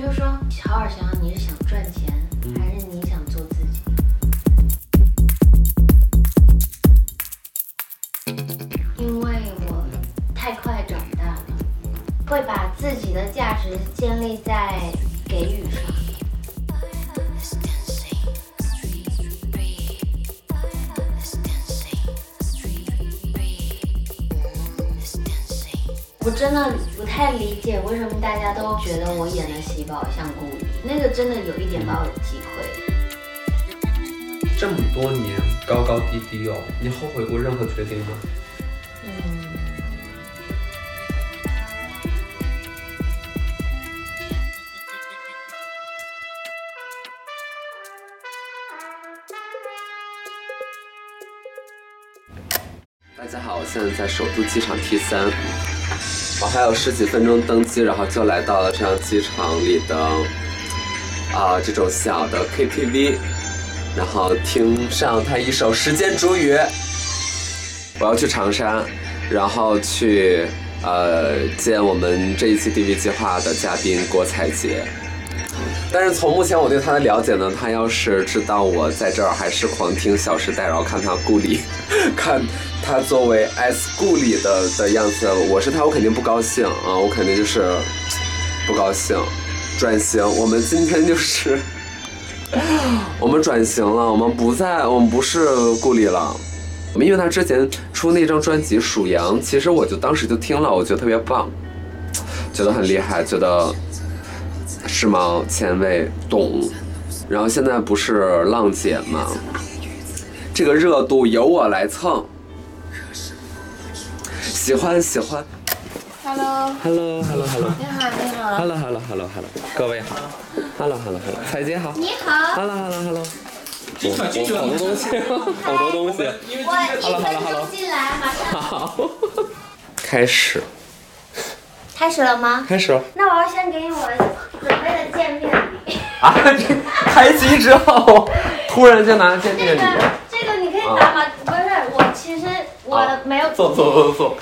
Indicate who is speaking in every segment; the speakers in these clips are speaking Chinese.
Speaker 1: 好好想想，你是想赚钱，还是你想做自己？因为我太快长大了，会把自己的价值建立在给予上。我真的不太理解为什么大家都觉得我演的喜宝像顾里，那个真的有一点把我击溃。
Speaker 2: 这么多年高高低低哦，你后悔过任何决定吗？
Speaker 1: 嗯，
Speaker 3: 大家好，我现在在首都机场 T 三，我还有十几分钟登机，然后就来到了这样机场里的啊、这种小的 KTV，然后听上他一首《时间煮雨》，我要去长沙，然后去呃见我们这一期 DV 计划的嘉宾郭采洁。但是从目前我对他的了解呢，他要是知道我在这儿还是狂听《小时代》，然后看他顾里， 看他作为 S 顾里的的样子，我是他，我肯定不高兴啊，我肯定就是不高兴。转型，我们今天就是 我们转型了，我们不再，我们不是顾里了。我们因为他之前出那张专辑《数羊》，其实我就当时就听了，我觉得特别棒，觉得很厉害，觉得时髦、前卫、懂。然后现在不是浪姐嘛，这个热度由我来蹭。喜欢喜欢
Speaker 4: Hello，
Speaker 3: ，Hello Hello Hello
Speaker 4: 你好，你好，
Speaker 3: Hello Hello Hello Hello，各位好，Hello Hello Hello，彩姐好
Speaker 1: 你好，
Speaker 3: ，Hello Hello Hello，
Speaker 2: 进去吧进去吧
Speaker 3: 好多东西，好多东西，
Speaker 1: 我一
Speaker 3: Hello，Hello，
Speaker 1: 分钟进来，马上
Speaker 3: 好，开始，
Speaker 1: 开始了吗？
Speaker 3: 开始了
Speaker 1: 那我要先给你我准备的见面礼。
Speaker 3: 啊！这开机之后，突然就拿见
Speaker 1: 这
Speaker 3: 面礼，
Speaker 1: 个这个你可以打吗？不是，我其实我
Speaker 3: 啊
Speaker 1: 没有，
Speaker 3: 坐坐坐坐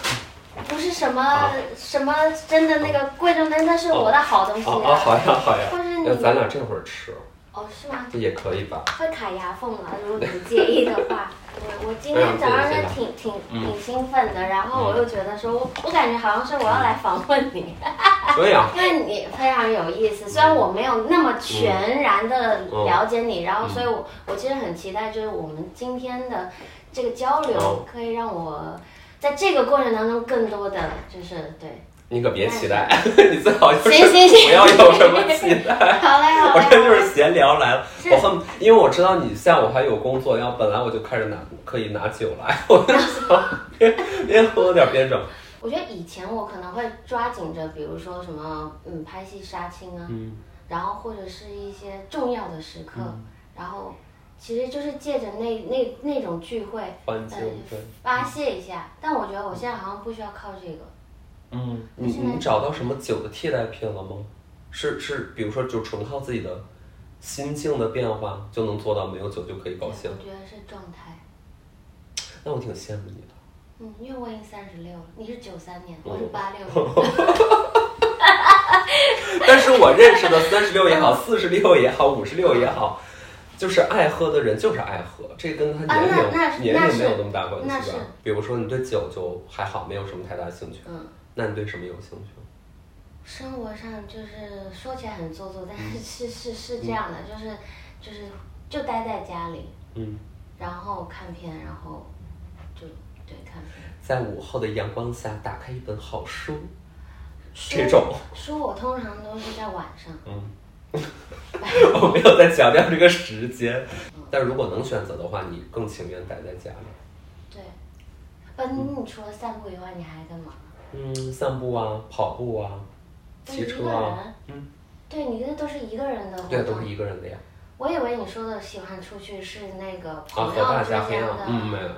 Speaker 1: 不是什么什么真的那个贵重，但是它是我的好东西。
Speaker 3: 坐，啊啊，好呀好呀
Speaker 1: 或是，你
Speaker 3: 那咱俩这会儿吃
Speaker 1: 哦，是吗？
Speaker 3: 也可以 吧？
Speaker 1: 会卡牙缝了，如果你不介意的 话。我我今天早上是挺挺
Speaker 3: 嗯
Speaker 1: 挺兴奋的，然后我又觉得说，我我感觉好像是我要来访问你，
Speaker 2: 对
Speaker 3: 啊
Speaker 2: 呀、
Speaker 1: 因为你非常有意思。虽然我没有那么全然的
Speaker 2: 嗯哦
Speaker 1: 了解你，然后所以我我其实很期待，就是我们今天的这个交流
Speaker 2: 哦，
Speaker 1: 可以让我在这个过程当中更多的就是 对，
Speaker 2: 你可别 期待，你最好就是
Speaker 1: 行行 行
Speaker 2: 不要有什么期待。
Speaker 1: 好嘞好
Speaker 2: 我这就
Speaker 1: 嘞，
Speaker 2: 是闲聊来了，
Speaker 1: 是
Speaker 2: 我恨不，因为我知道你下午还有工作，要本来我就开始拿可以拿酒来，我就想边边喝点边整。
Speaker 1: 我觉得以前我可能会抓紧着，比如说什么嗯拍戏杀青啊，
Speaker 2: 嗯，
Speaker 1: 然后或者是一些重要的时刻，然后其实就是借着那那那种聚会
Speaker 2: 环
Speaker 1: 哎
Speaker 2: 境对，
Speaker 1: 发泄一下。但我觉得我现在好像不需要靠这个，
Speaker 2: 嗯，你
Speaker 1: 现在
Speaker 2: 你找到什么酒的替代品了吗？是是，比如说就纯靠自己的心境的变化就能做到没有酒就可以高
Speaker 1: 我
Speaker 2: 兴，
Speaker 1: 觉得是状态。
Speaker 2: 那我挺羡慕你的。
Speaker 1: 嗯，因为我已经三十六了，你是九三年，
Speaker 2: 嗯
Speaker 1: 我是八六年，
Speaker 2: 但是我认识的三十六也好，四十六也好，五十六也好，就是爱喝的人就是爱喝，这跟他年
Speaker 1: 啊
Speaker 2: 龄、
Speaker 1: 那那是
Speaker 2: 年
Speaker 1: 那
Speaker 2: 龄
Speaker 1: 是
Speaker 2: 没有那么大关
Speaker 1: 那
Speaker 2: 系
Speaker 1: 是
Speaker 2: 吧？比如说你对酒就还好，没有什么太大兴趣。
Speaker 1: 嗯。
Speaker 2: 那你对什么有兴趣？
Speaker 1: 生活上就是说起来很做作，但是 是是是这样的，就是就是就待在家里，
Speaker 2: 嗯，
Speaker 1: 然后看片，然后就对看片。
Speaker 2: 在午后的阳光下打开一本好书，
Speaker 1: 书
Speaker 2: 这种，
Speaker 1: 书我通常都是在晚上。
Speaker 2: 嗯，我没有在强调这个时间，但如果能选择的话，你更情愿待在家里。
Speaker 1: 对，呃，你除了散步以外，你还干嘛？
Speaker 2: 嗯，散步啊，跑步啊，
Speaker 1: 都
Speaker 2: 骑
Speaker 1: 是一
Speaker 2: 车
Speaker 1: 个
Speaker 2: 啊，
Speaker 1: 人。
Speaker 2: 嗯，
Speaker 1: 对，你那都是一个人的活
Speaker 2: 对啊，都
Speaker 1: 动
Speaker 2: 是。一个人的呀。
Speaker 1: 我以为你说的喜欢出去是那个
Speaker 2: 啊，
Speaker 1: 朋
Speaker 2: 和
Speaker 1: 友
Speaker 2: 大
Speaker 1: 之
Speaker 2: 家分
Speaker 1: 间
Speaker 2: 享
Speaker 1: 的。，
Speaker 2: 嗯，没有没有。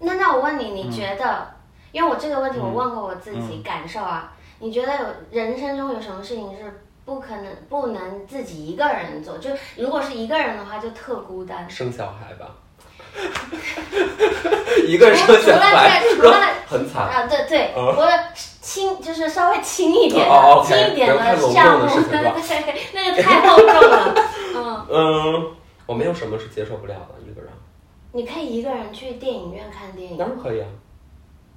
Speaker 1: 那那我问你，你觉得？因为我这个问题
Speaker 2: 嗯
Speaker 1: 我问过我自己感受啊，你觉得有人生中有什么事情是不可能不能自己一个人做？就如果是一个人的话，就特孤单。
Speaker 2: 生小孩吧， 一个人生小孩，
Speaker 1: 除了这除了
Speaker 2: 很惨。
Speaker 1: 啊，对对，
Speaker 2: 嗯
Speaker 1: 我轻，就是稍微轻一点的、
Speaker 2: 哦，OK，
Speaker 1: 轻一点
Speaker 2: 不要太隆重的
Speaker 1: 项目，
Speaker 2: 事情是吧
Speaker 1: 对，那个太厚重了。嗯，
Speaker 2: 嗯，我没有什么是接受不了的，一个人
Speaker 1: 你可以一个人去电影院看电影
Speaker 2: 当然可以啊。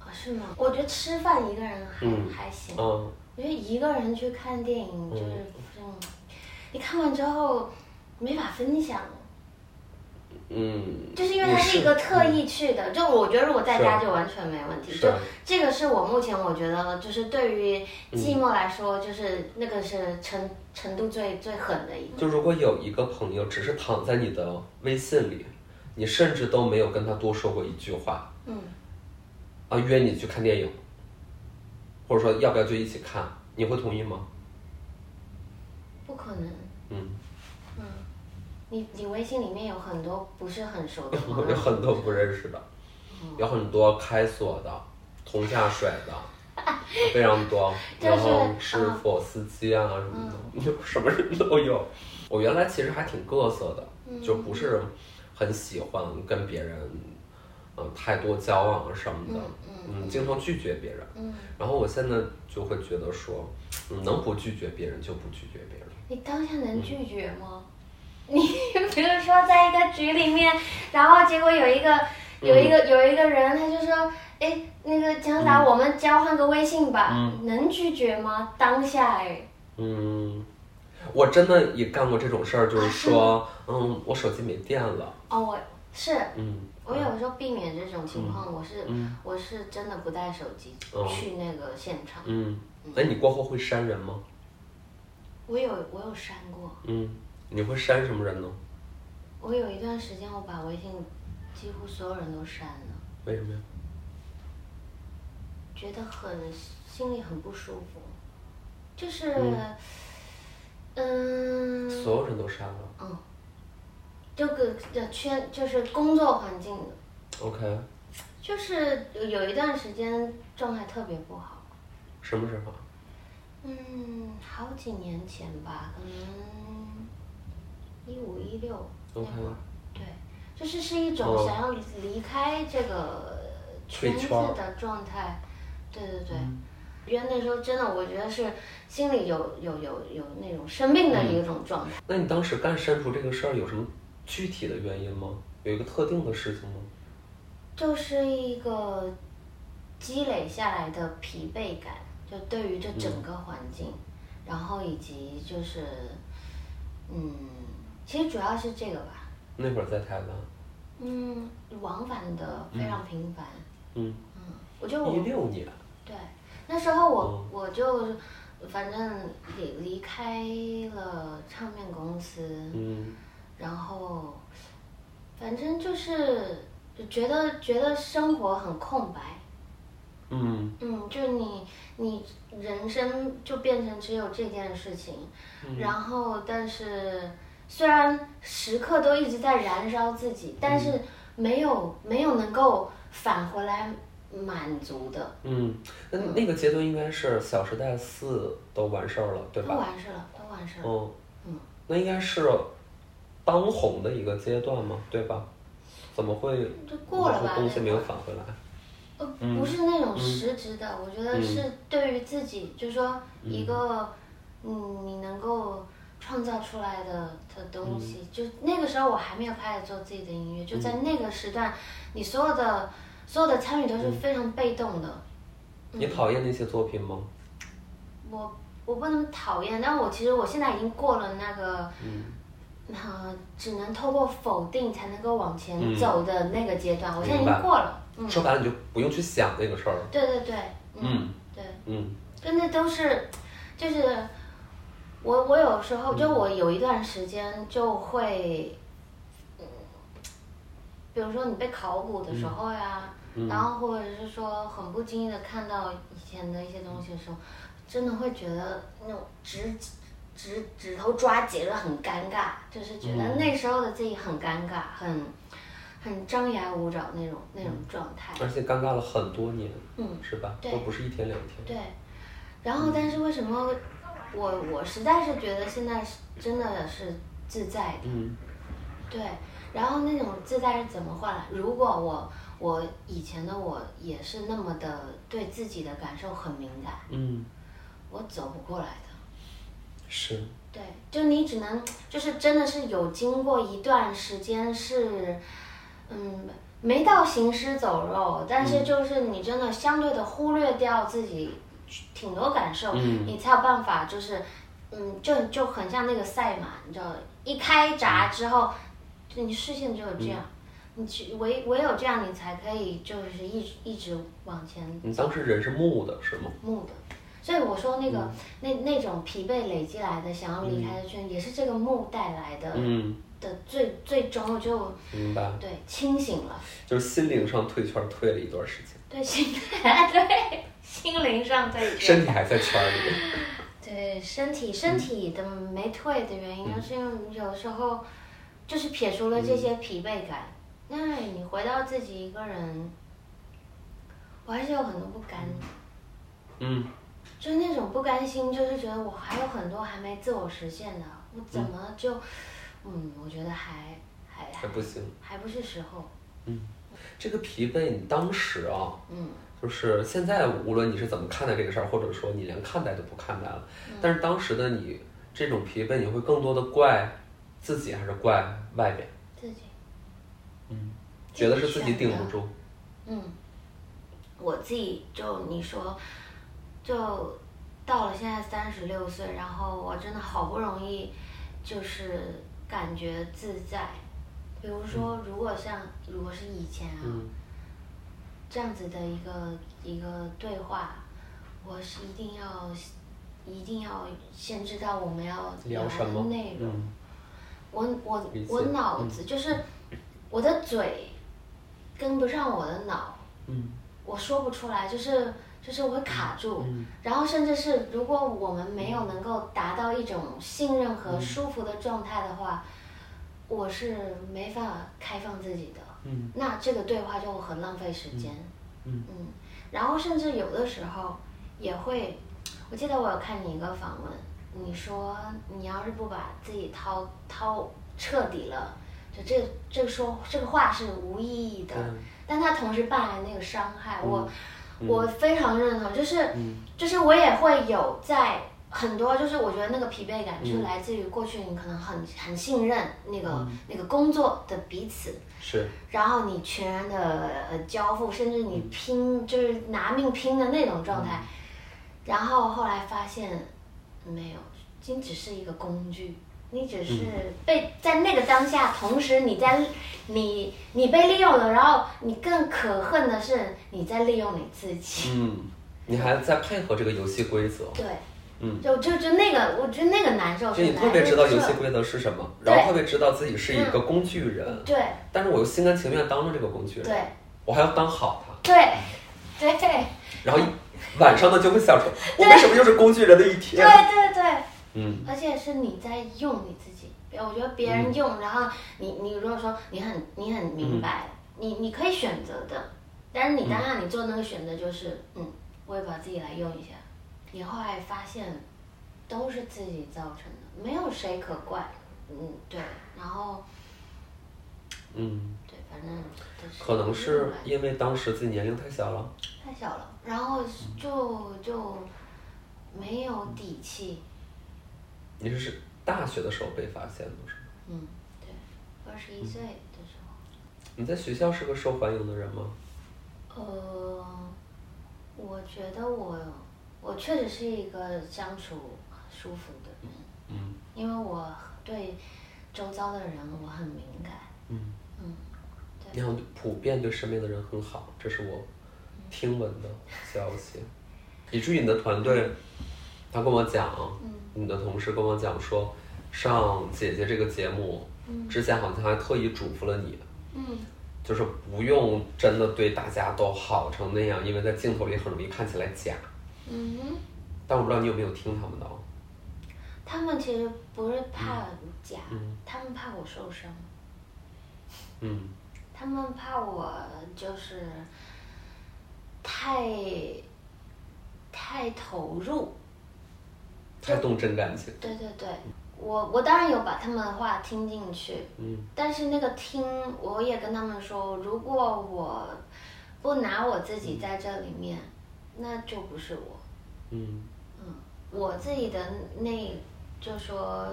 Speaker 1: 哦是吗？我觉得吃饭一个人还、
Speaker 2: 嗯
Speaker 1: 还行，
Speaker 2: 嗯，
Speaker 1: 我觉得一个人去看电影就是这种，你看完之后没法分享。
Speaker 2: 嗯，
Speaker 1: 就是因为它是一个特意去的，就我觉得如果在家
Speaker 2: 是
Speaker 1: 就完全没问题。
Speaker 2: 嗯是
Speaker 1: 就这个是我目前我觉得就是对于寂寞来说，就是那个是程程度最最狠的一个。
Speaker 2: 就如果有一个朋友只是躺在你的微信里，你甚至都没有跟他多说过一句话，
Speaker 1: 嗯，
Speaker 2: 啊，约你去看电影，或者说要不要就一起看，你会同意吗？
Speaker 1: 不可能。
Speaker 2: 嗯，
Speaker 1: 嗯，你你微信里面有很多不是很熟的朋
Speaker 2: 有
Speaker 1: 友，
Speaker 2: 很多不认识的，有很多开锁的、同下水的， 非常多。
Speaker 1: 就是
Speaker 2: 然后师傅、司机啊什么的，有 什么人都有。我原来其实还挺各色的，就不是很喜欢跟别人嗯、呃太多交往啊什么的，嗯，经常拒绝别人。
Speaker 1: 嗯，
Speaker 2: 然后我现在就会觉得说，嗯，能不拒绝别人就不拒绝别人。
Speaker 1: 你当下
Speaker 2: 嗯
Speaker 1: 能拒绝吗？ 你比如说在一个局里面，然后结果有一
Speaker 2: 嗯
Speaker 1: 个有一个、有一个人，他就说，哎，那个
Speaker 2: 嗯
Speaker 1: 蒋导，我们交换个微信吧，能拒绝吗？当下哎，
Speaker 2: 嗯，我真的也干过这种事儿，就是说，嗯，我手机没电了，
Speaker 1: 哦，我是
Speaker 2: 嗯，
Speaker 1: 我有时候避免这种情况，我是、我是真的不带手机
Speaker 2: 哦
Speaker 1: 去那个现场，
Speaker 2: 嗯，哎，你过后会删人吗？
Speaker 1: 我有我有删过，
Speaker 2: 嗯，你会删什么人呢？
Speaker 1: 我有一段时间我把微信几乎所有人都删了，
Speaker 2: 为什么呀？
Speaker 1: 觉得很心里很不舒服，就是，嗯，
Speaker 2: 所有人都删了
Speaker 1: 这个的圈就是工作环境的，
Speaker 2: ，OK，
Speaker 1: 就是有一段时间状态特别不好，
Speaker 2: 什么时候？
Speaker 1: 嗯，好几年前吧，可能一五一六那
Speaker 2: OK
Speaker 1: 会儿，对，就是是一种
Speaker 2: 哦
Speaker 1: 想要离开这个圈
Speaker 2: 退
Speaker 1: 子
Speaker 2: 圈儿嗯
Speaker 1: 的状态，对对对。因为那时候真的，我觉得是心里有有有有那种生病
Speaker 2: 嗯
Speaker 1: 的一种状态。
Speaker 2: 那你当时干删除这个事儿有什么具体的原因吗？有一个特定的事情吗？
Speaker 1: 就是一个积累下来的疲惫感，就对于这
Speaker 2: 嗯
Speaker 1: 整个环境，然后以及就是，嗯，其实主要是这个吧，
Speaker 2: 那会儿在台湾，
Speaker 1: 嗯，往返的非常频繁，
Speaker 2: 嗯，
Speaker 1: 嗯，我就
Speaker 2: 一
Speaker 1: 我
Speaker 2: 六年，
Speaker 1: 对那时候我、
Speaker 2: 哦
Speaker 1: 我就反正离离开了唱片公司，
Speaker 2: 嗯
Speaker 1: 然后反正就是觉得觉得生活很空白。
Speaker 2: 嗯
Speaker 1: 嗯，就你你人生就变成只有这件事情，
Speaker 2: 嗯
Speaker 1: 然后但是虽然时刻都一直在燃烧自己，但是
Speaker 2: 嗯
Speaker 1: 没有没有能够返回来满足的，
Speaker 2: 嗯，那那个阶段应该是《小时代四》都完事儿了，对
Speaker 1: 都
Speaker 2: 吧？
Speaker 1: 完事了，都完事了。
Speaker 2: 嗯
Speaker 1: 嗯，
Speaker 2: 那应该是当红的一个阶段嘛，对吧？怎么会
Speaker 1: 就过了吧
Speaker 2: 东西
Speaker 1: 那
Speaker 2: 没有返回来？
Speaker 1: 呃，
Speaker 2: 嗯
Speaker 1: 不是那种实质的，我觉得是对于自己，就说一个，嗯，你能够创造出来的的东
Speaker 2: 嗯
Speaker 1: 西，就那个时候我还没有开始做自己的音乐，就在
Speaker 2: 嗯
Speaker 1: 那个时段，你所有的所有的参与都是
Speaker 2: 嗯
Speaker 1: 非常被动的。嗯
Speaker 2: 你讨厌那些作品吗？
Speaker 1: 我我不能讨厌，但我其实我现在已经过了那个，
Speaker 2: 嗯
Speaker 1: 呃，只能透过否定才能够往前
Speaker 2: 嗯
Speaker 1: 走的那个阶段，我现在已
Speaker 2: 明白
Speaker 1: 经过了。嗯，
Speaker 2: 说白了，你就不用去想那个事儿了。
Speaker 1: 对对对，嗯
Speaker 2: 嗯
Speaker 1: 对。
Speaker 2: 嗯
Speaker 1: 真的都是，就是我我有时候就我有一段时间就会，嗯，比如说你被考古的时候呀，然后或者是说很不经意的看到以前的一些东西的时候，真的会觉得那种指指指头抓节的很尴尬，就是觉得那时候的自己很尴尬，很很张牙舞爪那种那种状态。
Speaker 2: 嗯而且尴尬了很多年，
Speaker 1: 嗯
Speaker 2: 是吧？
Speaker 1: 对
Speaker 2: 都不是一天两天。
Speaker 1: 对，然后但是为什么我我实在是觉得现在是真的是自在的，
Speaker 2: 嗯
Speaker 1: 对，然后那种自在是怎么换来？如果我我以前的我也是那么的对自己的感受很敏感，
Speaker 2: 嗯，
Speaker 1: 我走不过来的。
Speaker 2: 是，
Speaker 1: 对，就你只能就是真的是有经过一段时间是，嗯，没到行尸走肉，但是就是你真的相对的忽略掉自己挺多感受，
Speaker 2: 嗯
Speaker 1: 你才有办法就是，嗯，就就很像那个赛马，你知道，一开闸之后，就你视线只有这样。你去唯唯有这样，你才可以就是一直一直往前
Speaker 2: 你当时人是木的，是吗？
Speaker 1: 木的。所以我说那个、
Speaker 2: 嗯
Speaker 1: 那那种疲惫累积来的，想要离开的圈，也是这个木带来的、
Speaker 2: 嗯，
Speaker 1: 的最最终，我就
Speaker 2: 明白，
Speaker 1: 对清醒了，
Speaker 2: 就是心灵上退圈退了一段时间，
Speaker 1: 对心 对心灵上退圈，
Speaker 2: 身体嗯还在圈里。
Speaker 1: 对身体身体的没退的原因，
Speaker 2: 嗯
Speaker 1: 是因为有时候就是撇除了这些疲惫感，那你回到自己一个人，我还是有很多不甘。
Speaker 2: 嗯，
Speaker 1: 就是那种不甘心，就是觉得我还有很多还没自我实现的，我怎么就，嗯，我觉得还还还
Speaker 2: 还不行。
Speaker 1: 还不是时候，
Speaker 2: 这个疲惫，你当时啊，
Speaker 1: 嗯，
Speaker 2: 就是现在，无论你是怎么看待这个事儿，或者说你连看待都不看待了，
Speaker 1: 嗯
Speaker 2: 但是当时的你这种疲惫，你会更多的怪自己还是怪外边？
Speaker 1: 自己，
Speaker 2: 觉得是自己顶不住，
Speaker 1: 嗯，我自己就你说，就到了现在三十六岁，然后我真的好不容易，就是感觉自在，比如说，如果像如果是以前啊，
Speaker 2: 嗯
Speaker 1: 这样子的一个一个对话，我是一定要一定要先知道我们要
Speaker 2: 聊什
Speaker 1: 的
Speaker 2: 么？
Speaker 1: 内容。
Speaker 2: 嗯
Speaker 1: 我我
Speaker 2: 理解
Speaker 1: 我脑子就是我的嘴跟不上我的脑，
Speaker 2: 嗯
Speaker 1: 我说不出来，就是就是我会卡住。
Speaker 2: 嗯
Speaker 1: 然后甚至是如果我们没有能够达到一种信任和舒服的状态的话，
Speaker 2: 嗯
Speaker 1: 我是没法开放自己的。
Speaker 2: 嗯
Speaker 1: 那这个对话就很浪费时间。
Speaker 2: 嗯
Speaker 1: 然后甚至有的时候也会，我记得我有看你一个访问，你说你要是不把自己掏掏彻底了，就这这个说这个话是无意义的，
Speaker 2: 嗯
Speaker 1: 但它同时带来那个伤害，我、
Speaker 2: 嗯
Speaker 1: 我非常认同，就是、
Speaker 2: 嗯
Speaker 1: 就是我也会有在。很多就是我觉得那个疲惫感，
Speaker 2: 嗯嗯
Speaker 1: 就是来自于过去你可能很很信任那个、那个工作的彼此，
Speaker 2: 是
Speaker 1: 然后你全然的呃交付，甚至你拼就是拿命拼的那种状态，
Speaker 2: 嗯
Speaker 1: 然后后来发现嗯没有，你只是一个工具，你只是被、在那个当下，同时你在你你被利用了，然后你更可恨的是你在利用你自己。
Speaker 2: 嗯，你还在配合这个游戏规则，
Speaker 1: 对，
Speaker 2: 嗯
Speaker 1: 就就就那个，我觉得那个难受
Speaker 2: 就是你特
Speaker 1: 来
Speaker 2: 别
Speaker 1: 自
Speaker 2: 知道
Speaker 1: 这
Speaker 2: 游戏规则是什么，
Speaker 1: 对嗯
Speaker 2: 然后特别知道自己是一个工具人，
Speaker 1: 对
Speaker 2: 但是我又心甘情愿当了这个工具人，
Speaker 1: 对
Speaker 2: 我还要当好它，
Speaker 1: 对对对
Speaker 2: 然后晚上呢就会想说，我为什么又是工具人的一天？
Speaker 1: 对对。
Speaker 2: 嗯
Speaker 1: 而且是你在用你自己，我觉得别人
Speaker 2: 嗯
Speaker 1: 用，然后你你如果说你很你很明白，
Speaker 2: 嗯
Speaker 1: 你你可以选择的，但是你当下你做那个选择就是，嗯，我也把自己来用一下，你后来发现都是自己造成的，没有谁可怪，嗯，对，然后
Speaker 2: 嗯，
Speaker 1: 对，反正就是
Speaker 2: 可能是因为当时自己年龄太小了，
Speaker 1: 太小了，然后就就没有底气，
Speaker 2: 你是大学的时候被发现的是吗？
Speaker 1: 嗯，对，二十一岁的时候。
Speaker 2: 你在学校是个受欢迎的人吗？
Speaker 1: 呃，我觉得我我确实是一个相处舒服的人，
Speaker 2: 嗯
Speaker 1: 因为我对周遭的人我很敏感。
Speaker 2: 嗯
Speaker 1: 嗯，
Speaker 2: 你好，普遍对身边的人很好，这是我听闻的消息，以至于你的团队，他跟我讲，你的同事跟我讲说，上姐姐这个节目之前好像还特意嘱咐了你，
Speaker 1: 嗯，
Speaker 2: 就是不用真的对大家都好成那样，因为在镜头里很容易看起来假。
Speaker 1: 嗯哼，
Speaker 2: 但我不知道你有没有听他们的啊，
Speaker 1: 他们其实不是怕假，
Speaker 2: 嗯
Speaker 1: 他们怕我受伤，
Speaker 2: 嗯
Speaker 1: 他们怕我就是太太投入。
Speaker 2: 太动真感情，嗯
Speaker 1: 对对对，我我当然有把他们的话听进去，嗯，但是那个听我也跟他们说，如果我不拿我自己在这里面，那就不是我，
Speaker 2: 嗯
Speaker 1: 嗯，我自己的那就说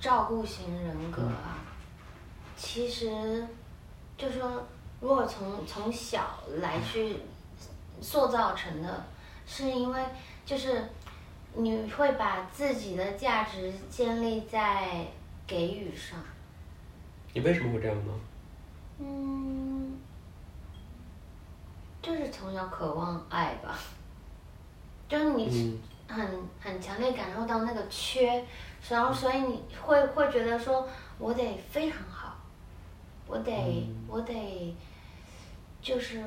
Speaker 1: 照顾型人格啊，其实就说如果从从小来去塑造成的，是因为就是你会把自己的价值建立在给予上，
Speaker 2: 你为什么会这样呢？
Speaker 1: 嗯，就是从小渴望爱吧，就是你。
Speaker 2: 嗯
Speaker 1: 很很强烈感受到那个缺，然后所以你会会觉得说，我得非常好，我得、我得，就是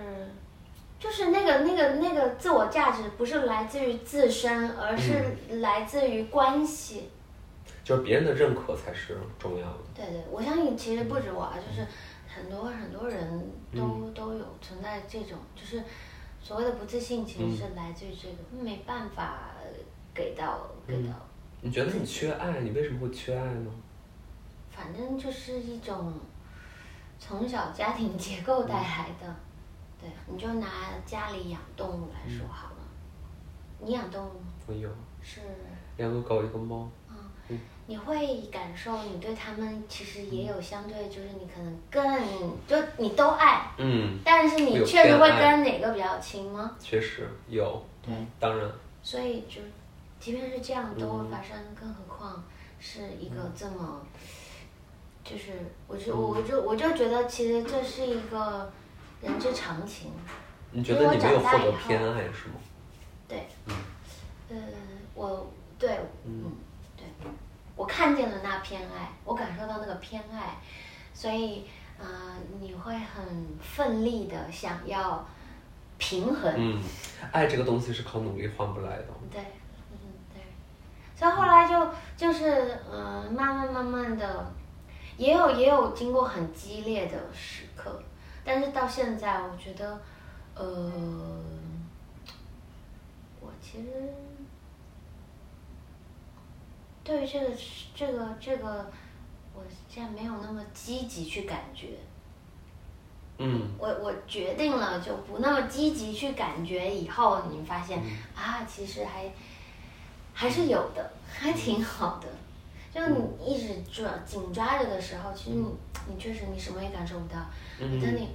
Speaker 1: 就是那个那个那个自我价值不是来自于自身，而是来自于关系。
Speaker 2: 就是别人的认可才是重要的。
Speaker 1: 对对，我相信其实不止我啊，就是很多很多人都、都有存在这种，就是所谓的不自信，其实是来自于这个、没办法给到给到。
Speaker 2: 你觉得你缺爱，你为什么会缺爱呢？
Speaker 1: 反正就是一种从小家庭结构带来的。对，你就拿家里养动物来说好了。你养动物
Speaker 2: 我有
Speaker 1: 是，嗯
Speaker 2: 两个狗，一个猫。
Speaker 1: 你会感受你对它们其实也有相对，就是你可能更就你都爱，
Speaker 2: 嗯，
Speaker 1: 但是
Speaker 2: 会
Speaker 1: 你
Speaker 2: 有
Speaker 1: 确实会
Speaker 2: 偏爱
Speaker 1: 跟哪个比较亲吗？
Speaker 2: 确实有。对，当然，
Speaker 1: 所以就即便是这样都
Speaker 2: 嗯
Speaker 1: 会发生，更何况是一个这么。就是，我
Speaker 2: 嗯
Speaker 1: 就我就我就觉得，其实这是一个人之常情。
Speaker 2: 你觉得你没有获得偏爱是吗？
Speaker 1: 对，呃，我对，嗯，对，我看见了那偏爱，我感受到那个偏爱，所以，呃，你会很奋力的想要平衡，
Speaker 2: 嗯，爱这个东西是靠努力换不来的。
Speaker 1: 对，嗯，对，所以后来就就是，呃，慢慢慢慢的，也有也有经过很激烈的时刻，但是到现在，我觉得，呃，我其实对于这个这个这个，我现在没有那么积极去感觉，
Speaker 2: 嗯，
Speaker 1: 我我决定了就不那么积极去感觉，以后你发现、啊，其实还还是有的，还挺好的。就你一直抓紧抓着的时候，其实你你确实你什么也感受不到。
Speaker 2: 嗯
Speaker 1: 等你，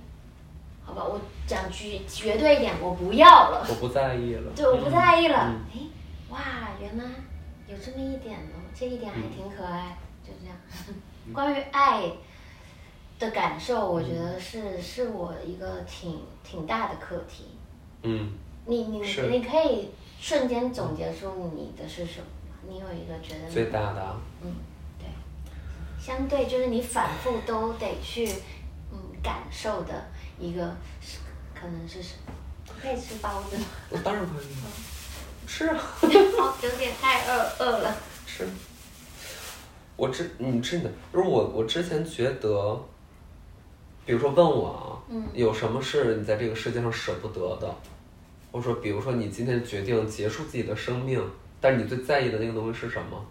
Speaker 1: 好吧，我讲绝绝对一点，我不要了，
Speaker 2: 我不在意了。
Speaker 1: 对，我不在意了。
Speaker 2: 嗯
Speaker 1: 哎、哇，原来有这么一点哦，这一点还
Speaker 2: 嗯
Speaker 1: 挺可爱，就这样。 关于爱的感受，我觉
Speaker 2: 嗯
Speaker 1: 得是是我一个挺挺大的课题。
Speaker 2: 嗯，
Speaker 1: 你你
Speaker 2: 是
Speaker 1: 你可以瞬间总结出你的是什么吗？你有一个觉得
Speaker 2: 最大的啊
Speaker 1: 嗯，对，相对就是你反复都得去嗯感受的一个是可能是什么？可以吃包 子吗？
Speaker 2: 我当然可以了。是啊，
Speaker 1: 哦，有点太饿饿了。
Speaker 2: 是。我之你真的，就是我我之前觉得，比如说问我啊，有什么是你在这个世界上舍不得的？我说，比如说你今天决定结束自己的生命，但是你最在意的那个东西是什么？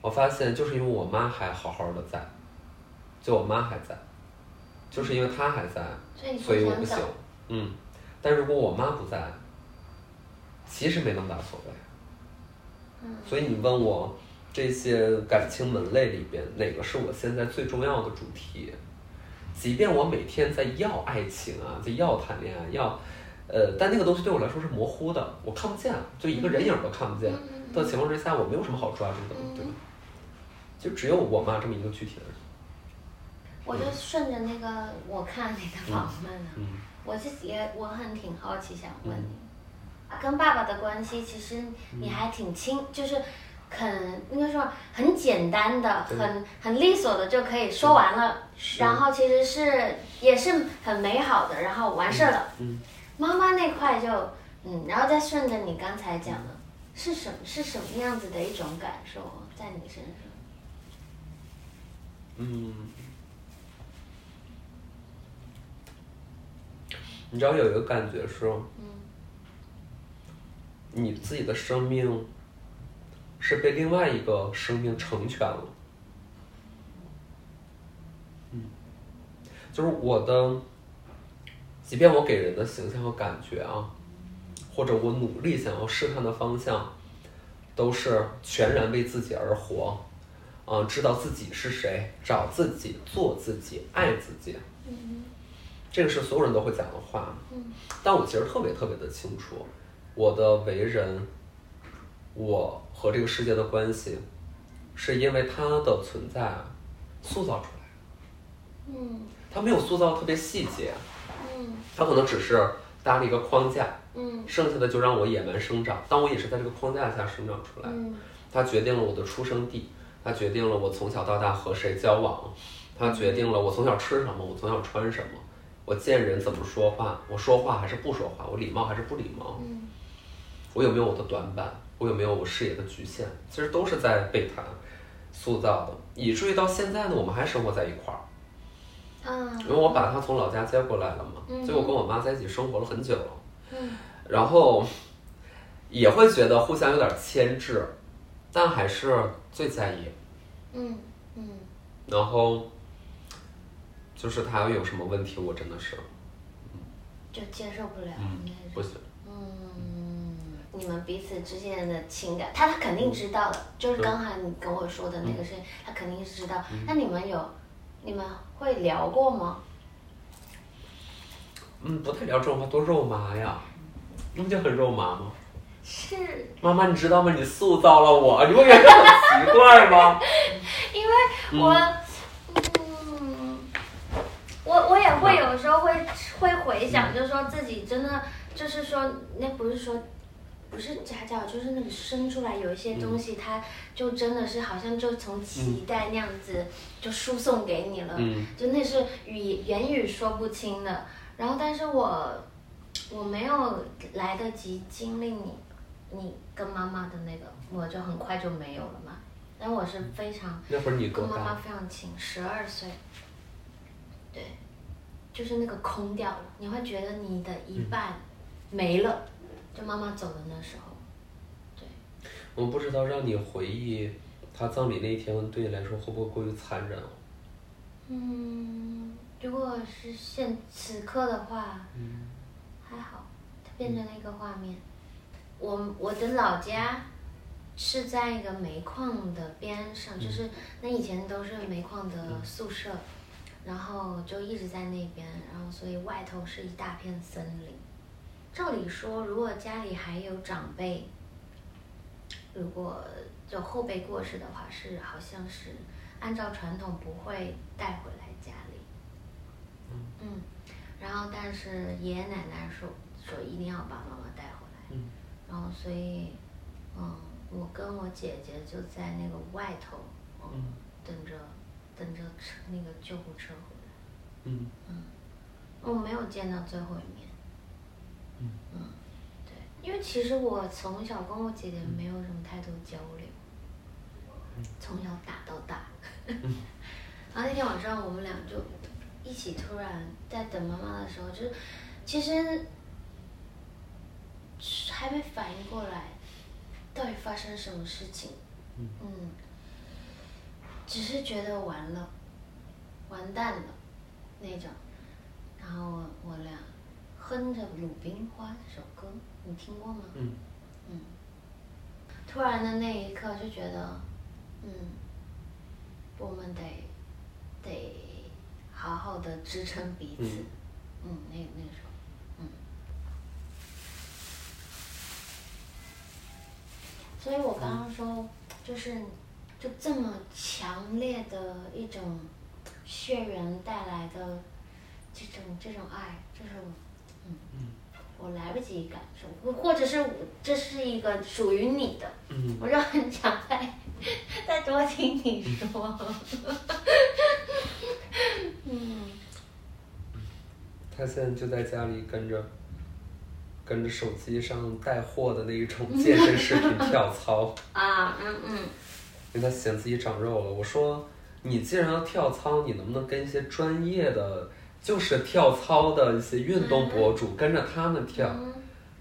Speaker 2: 我发现就是因为我妈还好好的在，就我妈还在，就是因为她还在，
Speaker 1: 所以你
Speaker 2: 所以我不
Speaker 1: 不
Speaker 2: 行
Speaker 1: 想走，。
Speaker 2: 嗯，但如果我妈不在，其实没那么大所谓。
Speaker 1: 嗯
Speaker 2: 所以你问我这些感情门类里边哪个是我现在最重要的主题？即便我每天在要爱情啊，在要谈恋爱，要，呃，但那个东西对我来说是模糊的，我看不见，就一个人影儿都看不见
Speaker 1: 嗯
Speaker 2: 的情况之下，我没有什么好抓住的，对吧？就只有我妈这么一个具体的人。
Speaker 1: 我就顺着那个我看你的访问啊，
Speaker 2: 嗯
Speaker 1: 我自己也我很挺好奇，想问你，啊跟爸爸的关系，其实你还挺亲，就是很应该说很简单的，很很利索的就可以说完了，然后其实是也是很美好的，然后完事儿了。妈妈那块就嗯，然后再顺着你刚才讲的，是什么是什么样子的一种感受啊在你身上？
Speaker 2: 嗯，你知道有一个感觉是，你自己的生命是被另外一个生命成全了，嗯就是我的，即便我给人的形象和感觉啊，或者我努力想要试探的方向，都是全然为自己而活，啊、知道自己是谁，找自己，做自己，爱自己。这个是所有人都会讲的话。但我其实特别特别的清楚，我的为人，我和这个世界的关系，是因为它的存在塑造出来的。
Speaker 1: 嗯
Speaker 2: 它没有塑造特别细节，
Speaker 1: 嗯
Speaker 2: 它可能只是搭了一个框架，
Speaker 1: 嗯
Speaker 2: 剩下的就让我野蛮生长。但我也是在这个框架下生长出来的。
Speaker 1: 嗯
Speaker 2: 它决定了我的出生地，它决定了我从小到大和谁交往，它决定了我从小吃什么，我从小穿什么，我见人怎么说话，我说话还是不说话，我礼貌还是不礼貌，
Speaker 1: 嗯
Speaker 2: 我有没有我的短板，我有没有我视野的局限，其实都是在被它塑造的，以至于到现在呢，我们还生活在一块儿，
Speaker 1: 啊
Speaker 2: 因为我把他从老家接过来了嘛，
Speaker 1: 嗯
Speaker 2: 所以我跟我妈在一起生活了很久了。
Speaker 1: 嗯
Speaker 2: 然后也会觉得互相有点牵制，但还是最在意。
Speaker 1: 嗯嗯
Speaker 2: 然后就是他有什么问题，我真的是
Speaker 1: 就接受不了那
Speaker 2: 不
Speaker 1: 种。
Speaker 2: 行。
Speaker 1: 嗯，你们彼此之间的情感，他他肯定知道的，就是刚才你跟我说的那个事情，他肯定是知道。那你们有，你们会聊过吗？
Speaker 2: 嗯，不太聊这种话，多肉麻呀。你不就很肉麻吗？
Speaker 1: 是
Speaker 2: 妈妈，你知道吗？你塑造了我，你不觉得很奇怪吗？
Speaker 1: 因为我，嗯，我我也会有时候会会回想，就是说自己真的就是说，那不是说。不是家教，就是那个生出来有一些东西，它就真的是好像就从脐带那样子就输送给你了，
Speaker 2: 嗯
Speaker 1: 就那是语言语说不清的。然后，但是我我没有来得及经历你你跟妈妈的那个，我就很快就没有了嘛。但我是非常
Speaker 2: 那会儿你多
Speaker 1: 跟妈妈
Speaker 2: 大？
Speaker 1: 非常亲，十二岁，对，就是那个空掉了，你会觉得你的一半没了，就妈妈走的那时候，
Speaker 2: 我不知道让你回忆他葬礼那一天，对你来说会不会过于残忍？哦
Speaker 1: 嗯，如果是现此刻的话，还好，它变成了一个画面。我我的老家是在一个煤矿的边上，就是那以前都是煤矿的宿舍，然后就一直在那边，然后所以外头是一大片森林。照理说，如果家里还有长辈，如果有后辈过世的话，是好像是按照传统不会带回来家里。嗯，然后但是爷爷奶奶说说一定要把妈妈带回来，
Speaker 2: 嗯
Speaker 1: 然后所以，嗯，我跟我姐姐就在那个外头，嗯，
Speaker 2: 嗯
Speaker 1: 等着等着车那个救护车回来，
Speaker 2: 嗯，
Speaker 1: 我没有见到最后一面。
Speaker 2: 嗯
Speaker 1: 对，因为其实我从小跟我姐姐没有什么太多交流，从小打到大。 然后那天晚上我们俩就一起突然在等妈妈的时候，就是其实还没反应过来到底发生什么事情，
Speaker 2: 嗯
Speaker 1: 嗯，只是觉得完了，完蛋了那种。然后我我俩哼着《鲁冰花》这首歌，你听过吗？
Speaker 2: 嗯
Speaker 1: 嗯。突然的那一刻就觉得，嗯，我们得得好好的支撑彼此。嗯，那那时候，嗯。所以我刚刚说，就是就这么强烈的一种血缘带来的这种这种爱，这种嗯，我来不及感受，或或者是我这是一个属于你的，
Speaker 2: 嗯
Speaker 1: 我就很想再 再多听你说，嗯
Speaker 2: 他现在就在家里跟着跟着手机上带货的那一种 健身视频跳操，
Speaker 1: 啊嗯嗯
Speaker 2: 因为他嫌自己长肉了。我说，你既然要跳操，你能不能跟一些专业的，就是跳操的一些运动博主跟着他们跳，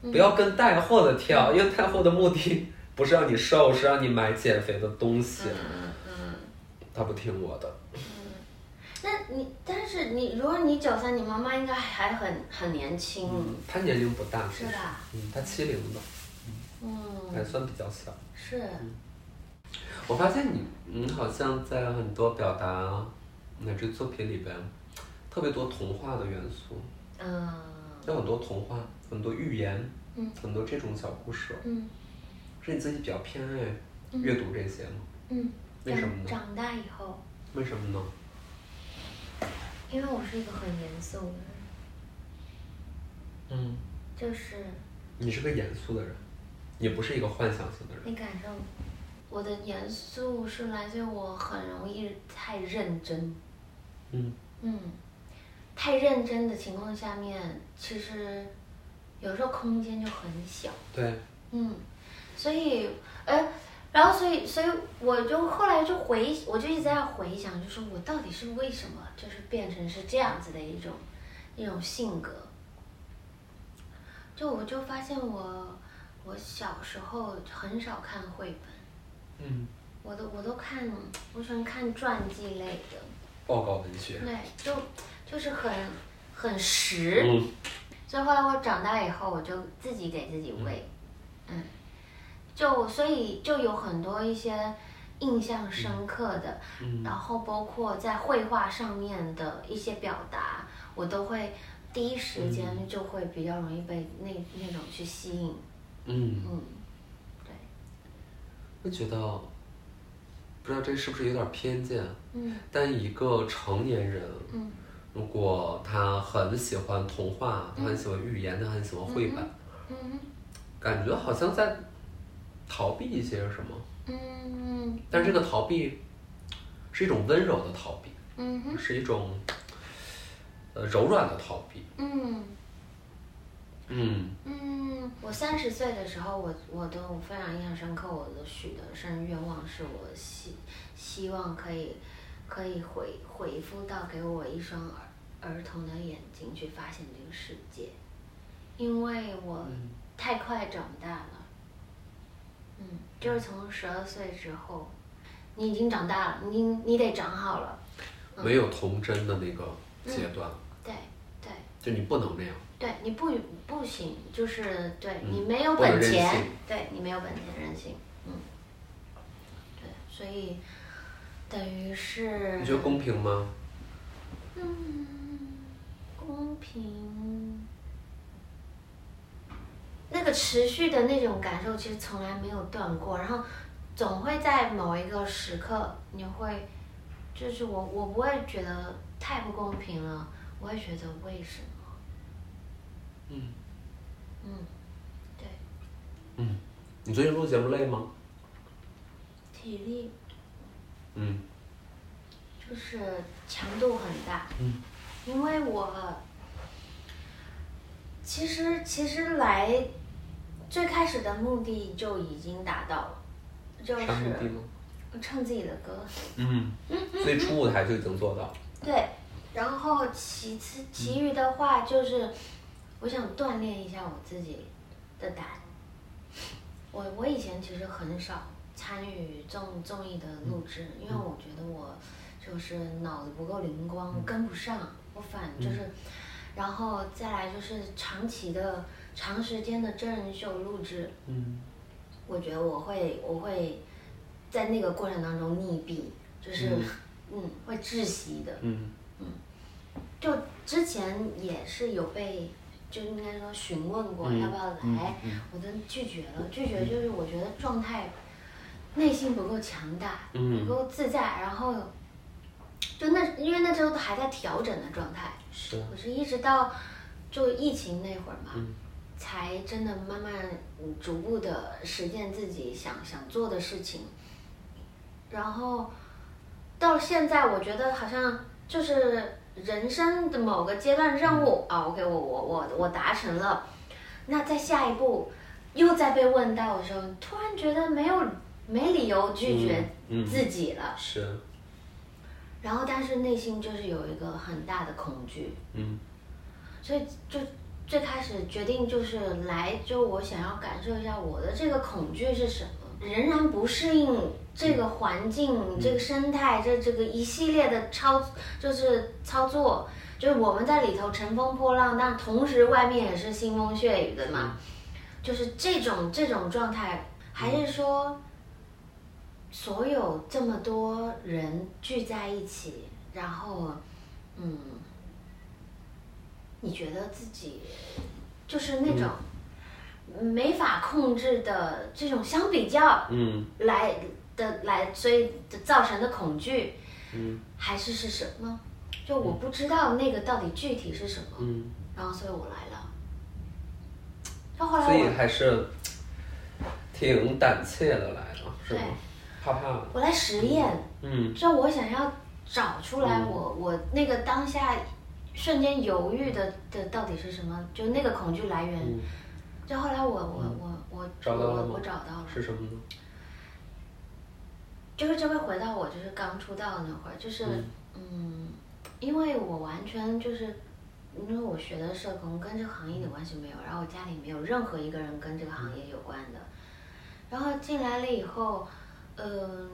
Speaker 1: 嗯
Speaker 2: 不要跟带货的跳，因为带货的目的不是让你瘦，是让你买减肥的东西。
Speaker 1: 嗯嗯，
Speaker 2: 他不听我的，
Speaker 1: 那你，但是你，如果你九三，你妈妈应该还很很年轻，
Speaker 2: 嗯，他年龄不大，
Speaker 1: 是吧？
Speaker 2: 嗯，他七零的，还
Speaker 1: 嗯，
Speaker 2: 算比较小。
Speaker 1: 是，
Speaker 2: 我发现你，你好像在很多表达乃至作品里边，特别多童话的元素，
Speaker 1: 嗯
Speaker 2: 有很多童话，很多寓言，
Speaker 1: 嗯，
Speaker 2: 很多这种小故事，
Speaker 1: 嗯
Speaker 2: 是你自己比较偏爱阅读这些吗？
Speaker 1: 嗯。
Speaker 2: 为什么呢
Speaker 1: 长长大以后，
Speaker 2: 为什么呢？
Speaker 1: 因为我是一个很严肃的人，
Speaker 2: 嗯，
Speaker 1: 就是
Speaker 2: 你是个严肃的人，也不是一个幻想型的人。
Speaker 1: 你感受我的严肃是来自于我很容易太认真，
Speaker 2: 嗯
Speaker 1: 嗯，太认真的情况下面，其实有时候空间就很小。
Speaker 2: 对，
Speaker 1: 嗯，所以，哎，然后所以，所以我就后来就回，我就一直在回想，就是我到底是为什么，就是变成是这样子的一种一种性格。就我就发现我我小时候很少看绘本，
Speaker 2: 嗯，
Speaker 1: 我都我都看，我喜欢看传记类的，
Speaker 2: 报告文学。
Speaker 1: 对，就就是很很实。
Speaker 2: 嗯，
Speaker 1: 所以后来我长大以后，我就自己给自己喂，嗯，就所以就有很多一些印象深刻的，
Speaker 2: 嗯
Speaker 1: 然后包括在绘画上面的一些表达，我都会第一时间就会比较容易被那那种去吸引，
Speaker 2: 嗯，
Speaker 1: 嗯，
Speaker 2: 我觉得，不知道这是不是有点偏见，
Speaker 1: 嗯
Speaker 2: 但一个成年人，
Speaker 1: 嗯
Speaker 2: 如果他很喜欢童话，他很喜欢寓言，他很喜欢绘本，
Speaker 1: 嗯
Speaker 2: 感觉好像在逃避一些什么，
Speaker 1: 嗯
Speaker 2: 但这个逃避是一种温柔的逃避，
Speaker 1: 嗯哼
Speaker 2: 是一种呃柔软的逃避。
Speaker 1: 嗯。
Speaker 2: 嗯
Speaker 1: 嗯，我三十岁的时候，我我都非常印象深刻，我的许的生日愿望是我希希望可以可以回回复到给我一双儿儿童的眼睛去发现这个世界，因为我太快长大了，嗯，就是从十二岁之后，你已经长大了，你你得长好了，嗯
Speaker 2: 没有童真的那个阶段，
Speaker 1: 对对
Speaker 2: 就你不能那样。
Speaker 1: 对，你不不行，就是对
Speaker 2: 嗯
Speaker 1: 你没有
Speaker 2: 不能
Speaker 1: 本
Speaker 2: 任
Speaker 1: 钱
Speaker 2: 性，
Speaker 1: 对你没有本钱任性，嗯，对，所以等于是
Speaker 2: 你觉得公平吗？
Speaker 1: 嗯公平，那个持续的那种感受其实从来没有断过，然后总会在某一个时刻，你会就是我我不会觉得太不公平了，我会觉得为什么。
Speaker 2: 嗯
Speaker 1: 嗯，对，
Speaker 2: 嗯，你最近录节目累吗？
Speaker 1: 体力
Speaker 2: 嗯
Speaker 1: 就是强度很大，
Speaker 2: 嗯
Speaker 1: 因为我其实其实来最开始的目的就已经达到了，就
Speaker 2: 啥目的
Speaker 1: 是
Speaker 2: 吗？
Speaker 1: 唱自己的歌，
Speaker 2: 嗯，所以初舞台就已经做到了。
Speaker 1: 对，然后其次其余的话就是我想锻炼一下我自己的胆，我我以前其实很少参与综综艺的录制，因为我觉得我就是脑子不够灵光，我跟不上，我反就是，然后再来就是长期的长时间的真人秀录制，
Speaker 2: 嗯
Speaker 1: 我觉得我会我会在那个过程当中溺毙，就是
Speaker 2: 嗯
Speaker 1: 嗯会窒息的。
Speaker 2: 嗯
Speaker 1: 就之前也是有被，就应该说询问过
Speaker 2: 嗯
Speaker 1: 要不要来，
Speaker 2: 嗯嗯
Speaker 1: 我都拒绝了。拒绝就是我觉得状态，内心不够强大，
Speaker 2: 嗯
Speaker 1: 不够自在，然后就那因为那时候都还在调整的状态，
Speaker 2: 是啊
Speaker 1: 我是一直到就疫情那会儿嘛，
Speaker 2: 嗯
Speaker 1: 才真的慢慢嗯逐步的实践自己想想做的事情，然后到现在，我觉得好像就是人生的某个阶段任务、啊，OK，我我我我达成了，那在下一步又在被问到的时候，突然觉得没有没理由拒绝
Speaker 2: 嗯嗯
Speaker 1: 自己了，
Speaker 2: 是啊
Speaker 1: 然后但是内心就是有一个很大的恐惧，
Speaker 2: 嗯
Speaker 1: 所以就最开始决定就是来，就我想要感受一下我的这个恐惧是什么。仍然不适应这个环境、这个生态、这这个一系列的操，就是操作，就是我们在里头乘风破浪，但同时外面也是腥风血雨的嘛，就是这种这种状态，还是说，所有这么多人聚在一起，然后，嗯，你觉得自己就是那种。没法控制的这种相比较，
Speaker 2: 嗯，
Speaker 1: 来的来，所以造成的恐惧，
Speaker 2: 嗯，
Speaker 1: 还是是什么？就我不知道那个到底具体是什么，
Speaker 2: 嗯，
Speaker 1: 然后所以我来了。到后来
Speaker 2: 所以
Speaker 1: 我
Speaker 2: 还是挺胆怯的来了，是
Speaker 1: 对？
Speaker 2: 吗怕怕的，
Speaker 1: 我来实验，
Speaker 2: 嗯
Speaker 1: 就我想要找出来我、我那个当下瞬间犹豫的的到底是什么，就那个恐惧来源。
Speaker 2: 嗯，
Speaker 1: 就后来我我我我
Speaker 2: 找到了
Speaker 1: 我
Speaker 2: 吗
Speaker 1: 我找到了。
Speaker 2: 是什么呢？
Speaker 1: 就是这会回到我就是刚出道那会儿，就是
Speaker 2: 嗯
Speaker 1: 嗯因为我完全就是因为我学的社工跟这个行业一点关系没有，然后我家里没有任何一个人跟这个行业有关的，然后进来了以后，嗯，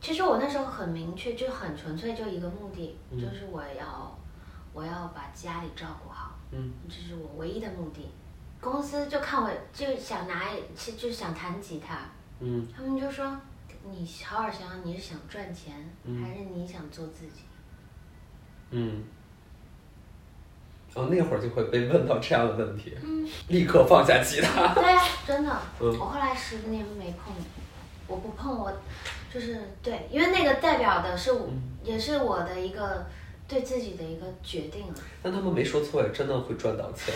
Speaker 1: 其实我那时候很明确，就很纯粹，就一个目的，
Speaker 2: 嗯
Speaker 1: 就是我要我要把家里照顾好，
Speaker 2: 嗯
Speaker 1: 这是我唯一的目的。公司就看我就想拿，其就想弹吉他，
Speaker 2: 嗯
Speaker 1: 他们就说：“你好好想想，你是想赚钱，
Speaker 2: 嗯
Speaker 1: 还是你想做自己
Speaker 2: 嗯。然后那会儿就会被问到这样的问题，
Speaker 1: 嗯
Speaker 2: 立刻放下吉？”他。
Speaker 1: 对呀、真的。
Speaker 2: 嗯
Speaker 1: 我后来十年没碰，我不碰我，就是对，因为那个代表的是我，
Speaker 2: 嗯
Speaker 1: 也是我的一个对自己的一个决定啊了。
Speaker 2: 但他们没说错，真的会赚到钱，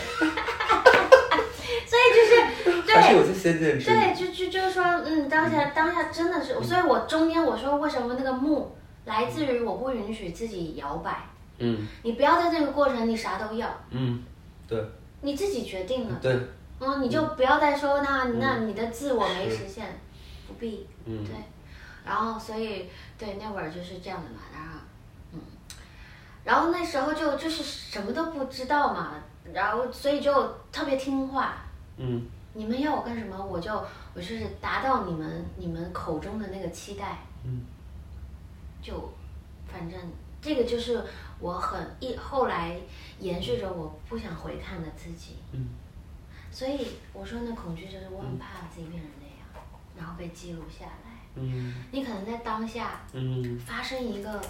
Speaker 1: 所以就是对，
Speaker 2: 还是有些先见之
Speaker 1: 对，
Speaker 2: 明。
Speaker 1: 就就就是说，嗯，当下当下真的
Speaker 2: 嗯
Speaker 1: 是，所以我中间我说为什么那个木来自于我不允许自己摇摆，
Speaker 2: 嗯
Speaker 1: 你不要在这个过程你啥都要，
Speaker 2: 嗯，对
Speaker 1: 你自己决定了。
Speaker 2: 对，
Speaker 1: 嗯，你就不要再说那那你的自我没实现，不必
Speaker 2: 嗯
Speaker 1: 对。然后所以对那会儿就是这样的嘛，然后嗯，然后那时候就就是什么都不知道嘛，然后所以就特别听话，
Speaker 2: 嗯
Speaker 1: 你们要我干什么，我就我就是达到你们你们口中的那个期待，
Speaker 2: 嗯，
Speaker 1: 就反正这个就是我很一后来延续着我不想回看的自己，
Speaker 2: 嗯，
Speaker 1: 所以我说那恐惧就是我很怕自己变成那样，然后被记录下来。
Speaker 2: 嗯
Speaker 1: 你可能在当下
Speaker 2: 嗯
Speaker 1: 发生一个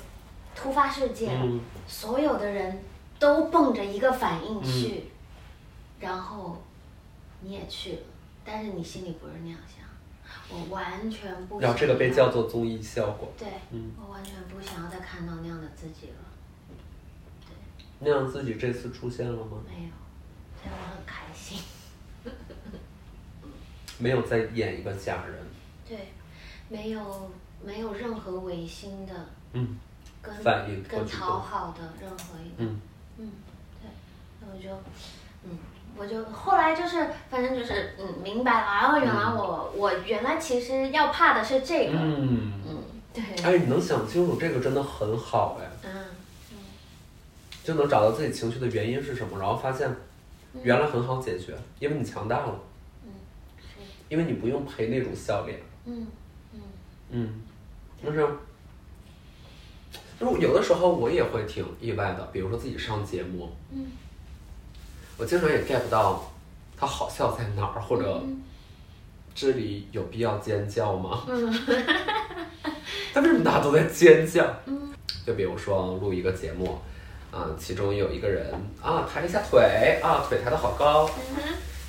Speaker 1: 突发事件，
Speaker 2: 嗯
Speaker 1: 所有的人都蹦着一个反应去，然后你也去了，但是你心里不是那样想，我完全不
Speaker 2: 然
Speaker 1: 想
Speaker 2: 后这个被叫做综艺效果，
Speaker 1: 对，
Speaker 2: 嗯
Speaker 1: 我完全不想要再看到那样的自己了，
Speaker 2: 那样自己这次出现了吗？
Speaker 1: 没有，所以我很开心。
Speaker 2: 没有再演一个假人。
Speaker 1: 对，没有没有任何违心的
Speaker 2: 嗯
Speaker 1: 跟
Speaker 2: 反应或
Speaker 1: 跟
Speaker 2: 举动
Speaker 1: 讨好的任何一个，
Speaker 2: 嗯
Speaker 1: 嗯，对，那我就，嗯，我就后来就是，反正就是，嗯，明白了。然后原来我、我原来其实要怕的是这个，嗯，
Speaker 2: 嗯，
Speaker 1: 对，
Speaker 2: 哎，你能想清楚这个真的很好哎，
Speaker 1: 嗯，
Speaker 2: 就能找到自己情绪的原因是什么，然后发现原来很好解决，因为你强大了，
Speaker 1: 是，
Speaker 2: 因为你不用陪那种笑脸。
Speaker 1: 嗯嗯
Speaker 2: 嗯，就是，就是有的时候我也会挺意外的，比如说自己上节目，
Speaker 1: 嗯
Speaker 2: 我经常也 get 不到它好笑在哪儿，
Speaker 1: 嗯
Speaker 2: 或者这里有必要尖叫吗？
Speaker 1: 嗯
Speaker 2: 但为什么大家都在尖叫？
Speaker 1: 嗯
Speaker 2: 就比如说录一个节目，啊、其中有一个人啊抬了一下腿啊，腿抬得好高，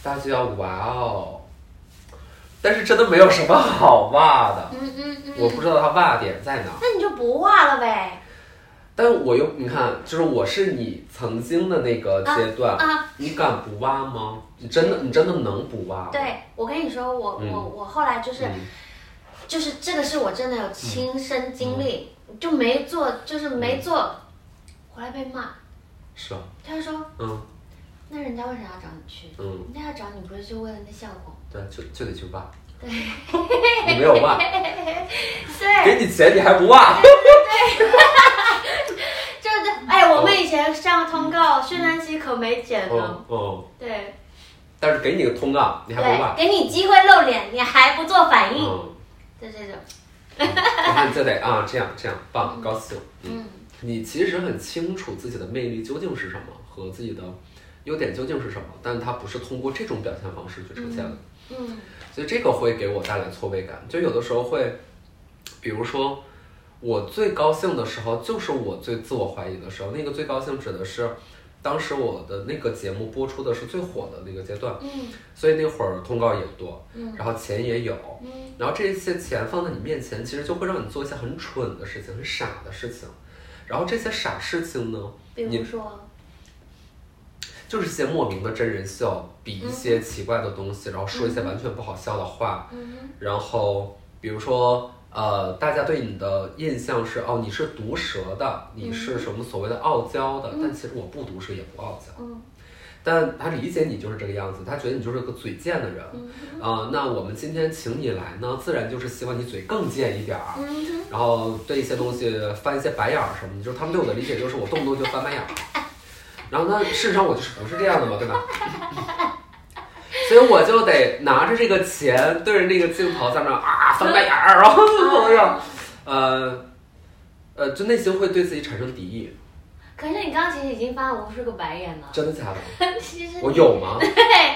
Speaker 2: 大家就要哇哦，但是真的没有什么好哇的。
Speaker 1: 嗯嗯嗯，
Speaker 2: 我不知道他哇点在哪儿，
Speaker 1: 那你就不画了呗，
Speaker 2: 但我又你看，就是我是你曾经的那个阶段，
Speaker 1: 啊，
Speaker 2: 你敢不挖吗？你真的你真的能不挖吗？
Speaker 1: 对我跟你说，我、
Speaker 2: 嗯
Speaker 1: 我我后来就是、
Speaker 2: 嗯
Speaker 1: 就是这个是我真的有亲身
Speaker 2: 嗯
Speaker 1: 经历，就没做，就是没做，回来被骂，
Speaker 2: 是吧？
Speaker 1: 他说
Speaker 2: 嗯
Speaker 1: 那人家为啥要找你去？
Speaker 2: 嗯，
Speaker 1: 人家要找你不是就为了那效果？
Speaker 2: 对，就就得去挖。对，你没有 挖，嗯
Speaker 1: 对，
Speaker 2: 给你钱你还 不挖？
Speaker 1: 就是哎，我们以前上通告，宣传期可没剪
Speaker 2: 嗯哦
Speaker 1: 呢。
Speaker 2: 哦，
Speaker 1: 对，
Speaker 2: 但是给你个通告，你还不
Speaker 1: 对，
Speaker 2: 办，
Speaker 1: 给你机会露脸，你还不做反应，
Speaker 2: 嗯，
Speaker 1: 就这种，
Speaker 2: 然后你就得啊，这样这样，棒，高兴，
Speaker 1: 嗯
Speaker 2: 你其实很清楚自己的魅力究竟是什么和自己的优点究竟是什么，但它不是通过这种表现方式去呈现的，
Speaker 1: 嗯
Speaker 2: 所以这个会给我带来挫败感。就有的时候会，比如说我最高兴的时候，就是我最自我怀疑的时候。那个最高兴指的是，当时我的那个节目播出的是最火的那个阶段，
Speaker 1: 嗯
Speaker 2: 所以那会儿通告也多，
Speaker 1: 嗯
Speaker 2: 然后钱也有，
Speaker 1: 嗯
Speaker 2: 然后这些钱放在你面前，其实就会让你做一些很蠢的事情、很傻的事情。然后这些傻事情呢，
Speaker 1: 比
Speaker 2: 你啊
Speaker 1: 如说，
Speaker 2: 就是一些莫名的真人秀，比一些奇怪的东西，然后说一些完全不好笑的话，
Speaker 1: 嗯
Speaker 2: 然后比如说。呃，大家对你的印象是哦，你是毒舌的，你是什么所谓的傲娇的，但其实我不毒舌，也不傲娇。
Speaker 1: 嗯
Speaker 2: 但他理解你就是这个样子，他觉得你就是个嘴贱的人。
Speaker 1: 嗯
Speaker 2: 呃，那我们今天请你来呢，自然就是希望你嘴更贱一点儿，
Speaker 1: 嗯
Speaker 2: 然后对一些东西翻一些白眼儿什么的，就是他们对我的理解就是我动不动就翻白眼儿，然后呢，事实上我就是不是这样的嘛，对吧？所以我就得拿着这个钱对着那个镜头在那儿啊翻白眼儿，然后 怎么样？呃，呃，就内心会对自己产生敌意，
Speaker 1: 可是你刚刚其实已经翻了无数个白眼了，
Speaker 2: 真的假的？
Speaker 1: 其实
Speaker 2: 我有吗？
Speaker 1: 对，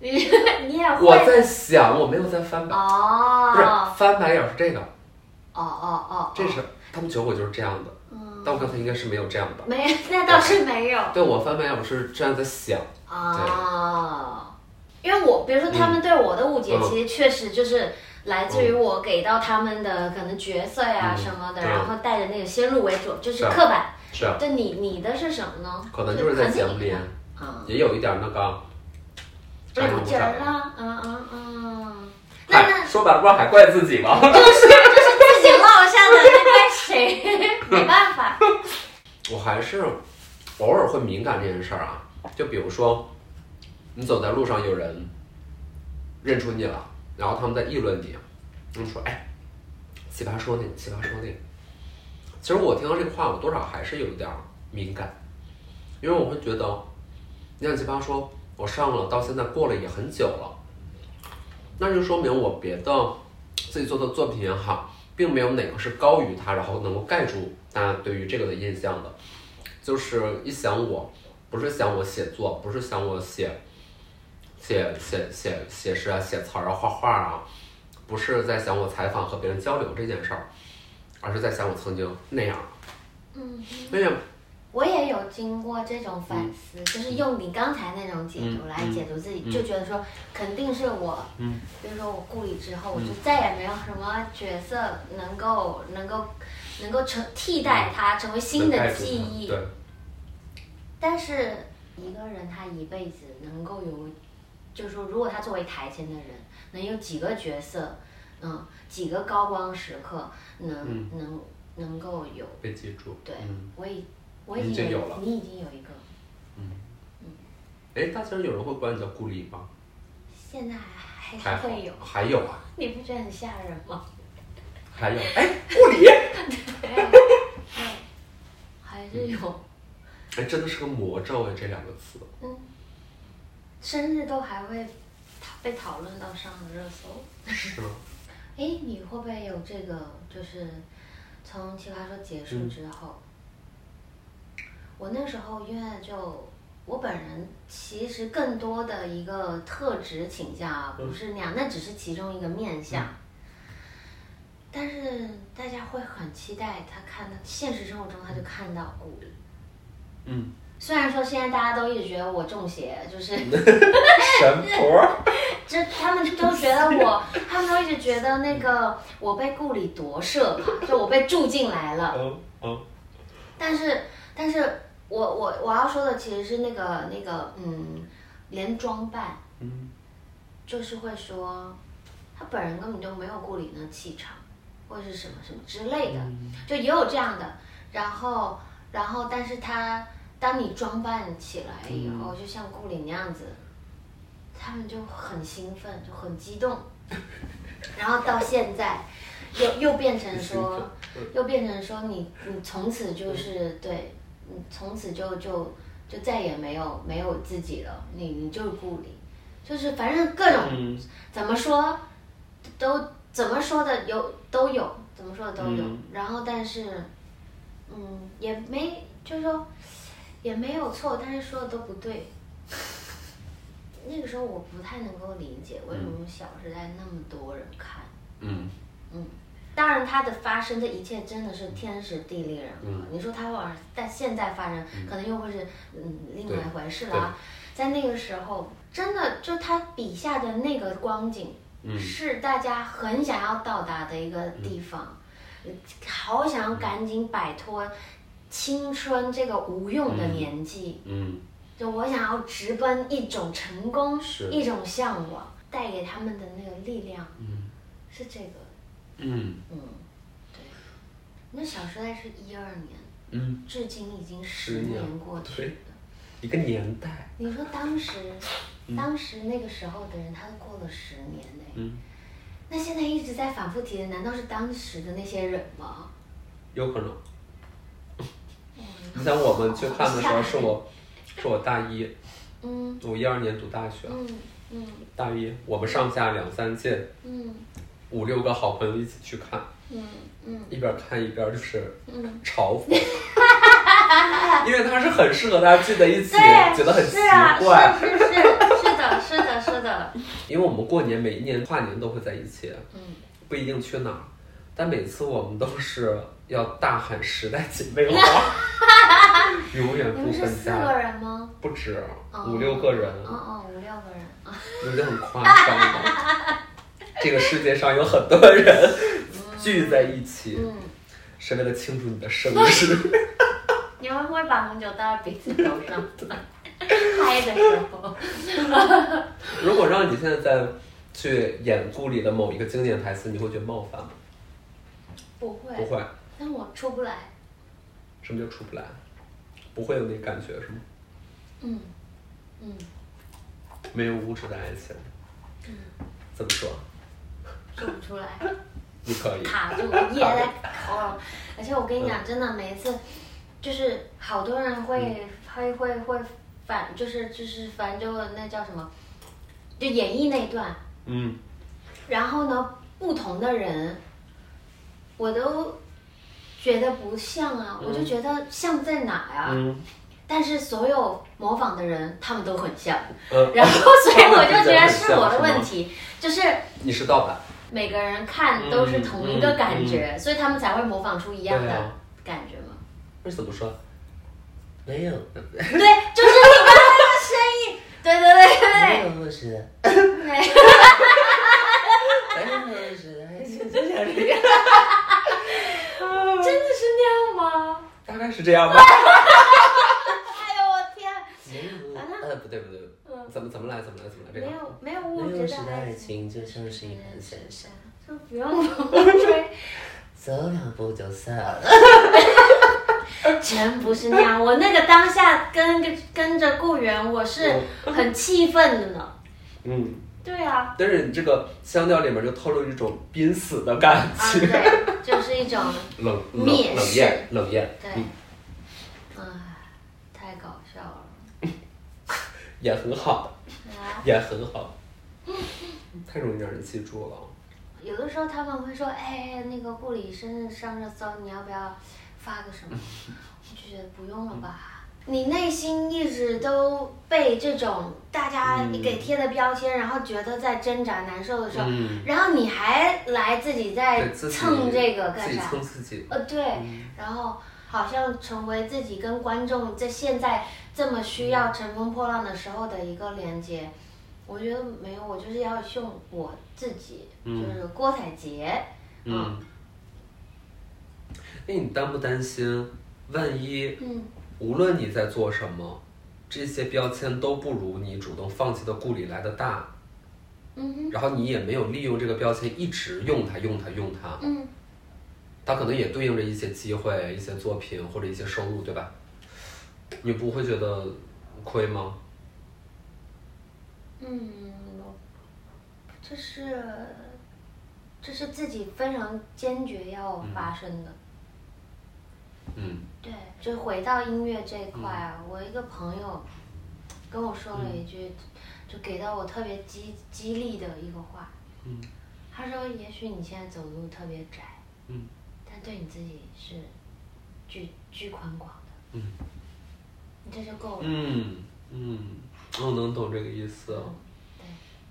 Speaker 1: 你 你也会
Speaker 2: 我在想，我没有在翻白，不是
Speaker 1: 哦
Speaker 2: 翻白眼儿是这个，
Speaker 1: 哦哦哦，
Speaker 2: 这是他们觉得我就是这样的，
Speaker 1: 嗯
Speaker 2: 但我刚才应该是没有这样的。
Speaker 1: 没，那倒是没 有。
Speaker 2: 对我翻白眼，我是这样在想，
Speaker 1: 哦，因为我比如说他们对我的误解，
Speaker 2: 嗯
Speaker 1: 其实确实就是来自于我给到他们的可能角色呀
Speaker 2: 嗯
Speaker 1: 什么的，
Speaker 2: 对
Speaker 1: 然后带着那个先入为主，就是
Speaker 2: 对
Speaker 1: 刻板。
Speaker 2: 是啊
Speaker 1: 对你你的是什么呢？
Speaker 2: 可能就是在节目里
Speaker 1: 啊，
Speaker 2: 也有一点那个啥也
Speaker 1: 主
Speaker 2: 不
Speaker 1: 角
Speaker 2: 干。
Speaker 1: 啊，嗯嗯嗯，那那
Speaker 2: 嗨，说白了，不是还怪自己吗？
Speaker 1: 自己落下的那怪谁？没办法，
Speaker 2: 我还是偶尔会敏感这件事儿啊，就比如说，你走在路上，有人认出你了，然后他们在议论你，他们说：“哎，奇葩说那个，奇葩说那个。”其实我听到这个话，我多少还是有一点儿敏感，因为我会觉得，你像奇葩说，我上了到现在过了也很久了，那就说明我别的自己做的作品也好，并没有哪个是高于它，然后能够盖住大家对于这个的印象的。就是一想我，不是想我写作，不是想我写写写写写诗啊、写词儿啊、画画啊，不是在想我采访和别人交流这件事儿，而是在想我曾经那样。
Speaker 1: 嗯。
Speaker 2: 因为
Speaker 1: 我也有经过这种反思，就是用你刚才那种解读来解读自己，
Speaker 2: 嗯嗯
Speaker 1: 就觉得说肯定是我，
Speaker 2: 嗯
Speaker 1: 比如说我故里之后，我就再也没有什么角色能够能够能够成替代它，成为新
Speaker 2: 能
Speaker 1: 的
Speaker 2: 盖住它
Speaker 1: 记忆
Speaker 2: 对。，
Speaker 1: 但是一个人他一辈子能够有，就是说，如果他作为台前的人，能有几个角色，嗯，几个高光时刻，能、
Speaker 2: 嗯
Speaker 1: 能能够有
Speaker 2: 被记住。
Speaker 1: 对，
Speaker 2: 嗯。
Speaker 1: 我已我
Speaker 2: 你
Speaker 1: 已
Speaker 2: 已经
Speaker 1: 经
Speaker 2: 有了
Speaker 1: 你已经有一个，
Speaker 2: 哎，大家有人会管你叫顾里吗？
Speaker 1: 现在还还
Speaker 2: 还好
Speaker 1: 会有，，
Speaker 2: 还有啊，
Speaker 1: 你不觉得很吓人 吗？
Speaker 2: 还有。哎，顾里，
Speaker 1: 对，还是有，
Speaker 2: 哎，真的是个魔咒哎，这两个词。
Speaker 1: 嗯，生日都还会讨被讨论到上热搜。
Speaker 2: 是吗？
Speaker 1: 哎，你会不会有这个？就是从《奇葩说》结束之后，我那时候因为就我本人其实更多的一个特质倾向啊，不是那样，那只是其中一个面相。但是大家会很期待他看到现实生活中他就看到顾里。
Speaker 2: 嗯，
Speaker 1: 虽然说现在大家都一直觉得我中邪，就是
Speaker 2: 神婆。
Speaker 1: 这他们都觉得我，他们都一直觉得那个我被顾里夺舍嘛，就我被住进来了。
Speaker 2: 嗯嗯。
Speaker 1: 但是，但是我我我要说的其实是那个那个嗯，连装扮
Speaker 2: 嗯
Speaker 1: 就是会说，他本人根本就没有顾里那气场，或是什么什么之类的，
Speaker 2: 嗯
Speaker 1: 就也有这样的。然后，然后，但是他当你装扮起来以后，就像顾里那样子，他们就很兴奋，就很激动。然后到现在，又又变成说，
Speaker 2: 嗯
Speaker 1: 又变成说你你从此就是对，你从此就就就再也没有没有自己了，你你就是顾里。就是反正各种
Speaker 2: 嗯
Speaker 1: 怎么说都怎么说的有都有，怎么说的都有。
Speaker 2: 嗯
Speaker 1: 然后但是，嗯，也没就是说也没有错，但是说的都不对。那个时候我不太能够理解为什么《小时代》那么多人看。
Speaker 2: 嗯
Speaker 1: 当然，它的发生，这一切真的是天时地利人和。
Speaker 2: 嗯
Speaker 1: 你说它往在现在发生，
Speaker 2: 嗯
Speaker 1: 可能又会是嗯另外一回事了、啊。在那个时候，真的就他笔下的那个光景，
Speaker 2: 嗯
Speaker 1: 是大家很想要到达的一个地方，好想要赶紧摆脱青春这个无用的
Speaker 2: 嗯
Speaker 1: 年纪。
Speaker 2: 嗯
Speaker 1: 就我想要直奔一种成功，
Speaker 2: 是
Speaker 1: 一种向往，带给他们的那个力量
Speaker 2: 嗯
Speaker 1: 是这个。
Speaker 2: 嗯
Speaker 1: 嗯，对，那《小时代》是一二年，
Speaker 2: 嗯，
Speaker 1: 至今已经
Speaker 2: 十
Speaker 1: 十
Speaker 2: 年
Speaker 1: 年过去
Speaker 2: 对
Speaker 1: 了。
Speaker 2: 一个年代，
Speaker 1: 你说当时，当时那个时候的人，他都过了十年呢、
Speaker 2: 嗯，
Speaker 1: 那现在一直在反复提的，难道是当时的那些人吗？
Speaker 2: 有可能。你想我们去看的时候，是我，是我大一，
Speaker 1: 嗯
Speaker 2: 我一二年读大学，
Speaker 1: 嗯嗯
Speaker 2: 大一我们上下两三届
Speaker 1: 嗯
Speaker 2: 五六个好朋友一起去看，
Speaker 1: 嗯嗯
Speaker 2: 一边看一边就是
Speaker 1: 嗯，
Speaker 2: 嘲讽，因为它是很适合大家聚在一起，觉得很奇
Speaker 1: 是啊，
Speaker 2: 怪。
Speaker 1: 是是是是的，是的，是 的，
Speaker 2: 因为我们过年每一年跨年都会在一起，
Speaker 1: 嗯，
Speaker 2: 不一定去哪儿，但每次我们都是要大喊时代姐妹花， 永远
Speaker 1: 你
Speaker 2: 不
Speaker 1: 们是
Speaker 2: 分
Speaker 1: 四个
Speaker 2: 家，
Speaker 1: 人吗？
Speaker 2: 不止
Speaker 1: 哦
Speaker 2: 五六个人，
Speaker 1: 哦哦，五六个人啊，
Speaker 2: 有点很夸张了。这个世界上有很多人聚在一起，
Speaker 1: 嗯。
Speaker 2: 是为了庆祝你的生日。
Speaker 1: 你们会把红酒倒到彼此头上吗？嗨的时候，
Speaker 2: 如果让你现在在去演故里的某一个经典台词，你会觉得冒犯吗？
Speaker 1: 不会，
Speaker 2: 不会，
Speaker 1: 但我出不来。
Speaker 2: 什么叫出不来？不会有那感觉是吗？
Speaker 1: 嗯嗯，
Speaker 2: 没有物质的爱情。怎么说？
Speaker 1: 说不出来，
Speaker 2: 你可以。
Speaker 1: 卡住嗯噎在喉咙。而且我跟你讲，真的，每一次就是好多人会、会会会反，就是就是反正就那叫什么，就演绎那一段，
Speaker 2: 嗯
Speaker 1: 然后呢，不同的人，我都觉得不像啊，我就觉得像在哪呀、
Speaker 2: 嗯
Speaker 1: 但是所有模仿的人，他们都很像，
Speaker 2: 呃，
Speaker 1: 然后所以我就觉得
Speaker 2: 是
Speaker 1: 哦是
Speaker 2: 吗
Speaker 1: 我的问题，就是
Speaker 2: 你是盗版。
Speaker 1: 每个人看都是同一个感觉，所以他们才会模仿出一样
Speaker 2: 对
Speaker 1: 的
Speaker 2: 啊
Speaker 1: 感觉嘛。
Speaker 2: 那怎么说？没有，
Speaker 1: 对，就是你刚才那个声音，对对对对
Speaker 2: 没
Speaker 1: 对哎
Speaker 2: 有故事，
Speaker 1: 对。
Speaker 2: 哎没有故事，就想这样，
Speaker 1: 真的是那样吗？
Speaker 2: 大概是这样吧。
Speaker 1: 哎呦我天，
Speaker 2: 没有，呃，不对不对，
Speaker 1: 嗯
Speaker 2: 怎么怎么来怎么来怎么来这
Speaker 1: 没
Speaker 2: 个。
Speaker 1: 有没有物质的爱情，
Speaker 2: 情就像是
Speaker 1: 山，就不用 追，
Speaker 2: 走两步就散了。
Speaker 1: 真不是那样。我那个当下跟跟着顾源，我是很气愤的呢。
Speaker 2: 嗯，
Speaker 1: 对啊，
Speaker 2: 但是你这个香调里面就透露一种濒死的感
Speaker 1: 啊
Speaker 2: 情，
Speaker 1: 对，就是一种，
Speaker 2: 冷冷
Speaker 1: 蔑视
Speaker 2: 冷艳冷艳，
Speaker 1: 对
Speaker 2: 嗯，
Speaker 1: 唉，太搞笑了。
Speaker 2: 也很好，
Speaker 1: 啊，
Speaker 2: 也很好， 太容易让人记住了。
Speaker 1: 有的时候他们会说，哎，那个顾里生日上热搜，你要不要发个 什么？我就觉得不用了吧。
Speaker 2: 嗯
Speaker 1: 你内心一直都被这种大家
Speaker 2: 嗯
Speaker 1: 给贴的标签，然后觉得在挣扎难受的时候，
Speaker 2: 嗯，
Speaker 1: 然后你还来自己在
Speaker 2: 对自己
Speaker 1: 蹭这个干
Speaker 2: 自己
Speaker 1: 啥？
Speaker 2: 蹭自己，
Speaker 1: 呃，对，然后好像成为自己跟观众在现在这么需要乘风破浪的时候的一个连接。我觉得没有，我就是要用我自己，就是郭采洁，啊
Speaker 2: 嗯。那你担不担心，万一
Speaker 1: 嗯，
Speaker 2: 无论你在做什么，这些标签都不如你主动放弃的顾里来的大，
Speaker 1: 嗯哼，
Speaker 2: 然后你也没有利用这个标签，一直用它用它用它，
Speaker 1: 嗯，
Speaker 2: 它可能也对应着一些机会、一些作品或者一些收入，对吧？你不会觉得亏吗？
Speaker 1: 嗯，我这是这是自己非常坚决要发生的。
Speaker 2: 嗯嗯
Speaker 1: 对，就回到音乐这一块啊，我一个朋友，跟我说了一句，就给到我特别激激励的一个话。
Speaker 2: 嗯
Speaker 1: 他说：“也许你现在走路特别窄，
Speaker 2: 嗯
Speaker 1: 但对你自己是巨巨宽广的，
Speaker 2: 嗯
Speaker 1: 你这就够了。
Speaker 2: 嗯嗯，我能懂这个意思。啊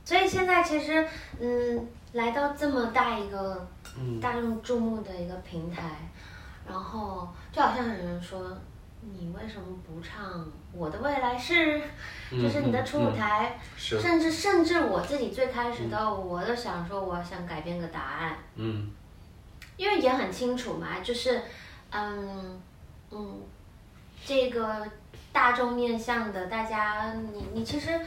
Speaker 1: 所以现在其实，嗯，来到这么大一个
Speaker 2: 嗯
Speaker 1: 大众注目的一个平台，然后就好像有人说，你为什么不唱《我的未来是》？
Speaker 2: 嗯
Speaker 1: 这是你的初舞台，
Speaker 2: 是
Speaker 1: 甚至甚至我自己最开始的我都想说，我想改变个答案，
Speaker 2: 嗯
Speaker 1: 因为也很清楚嘛，就是，嗯嗯，这个大众面向的大家，你你其实，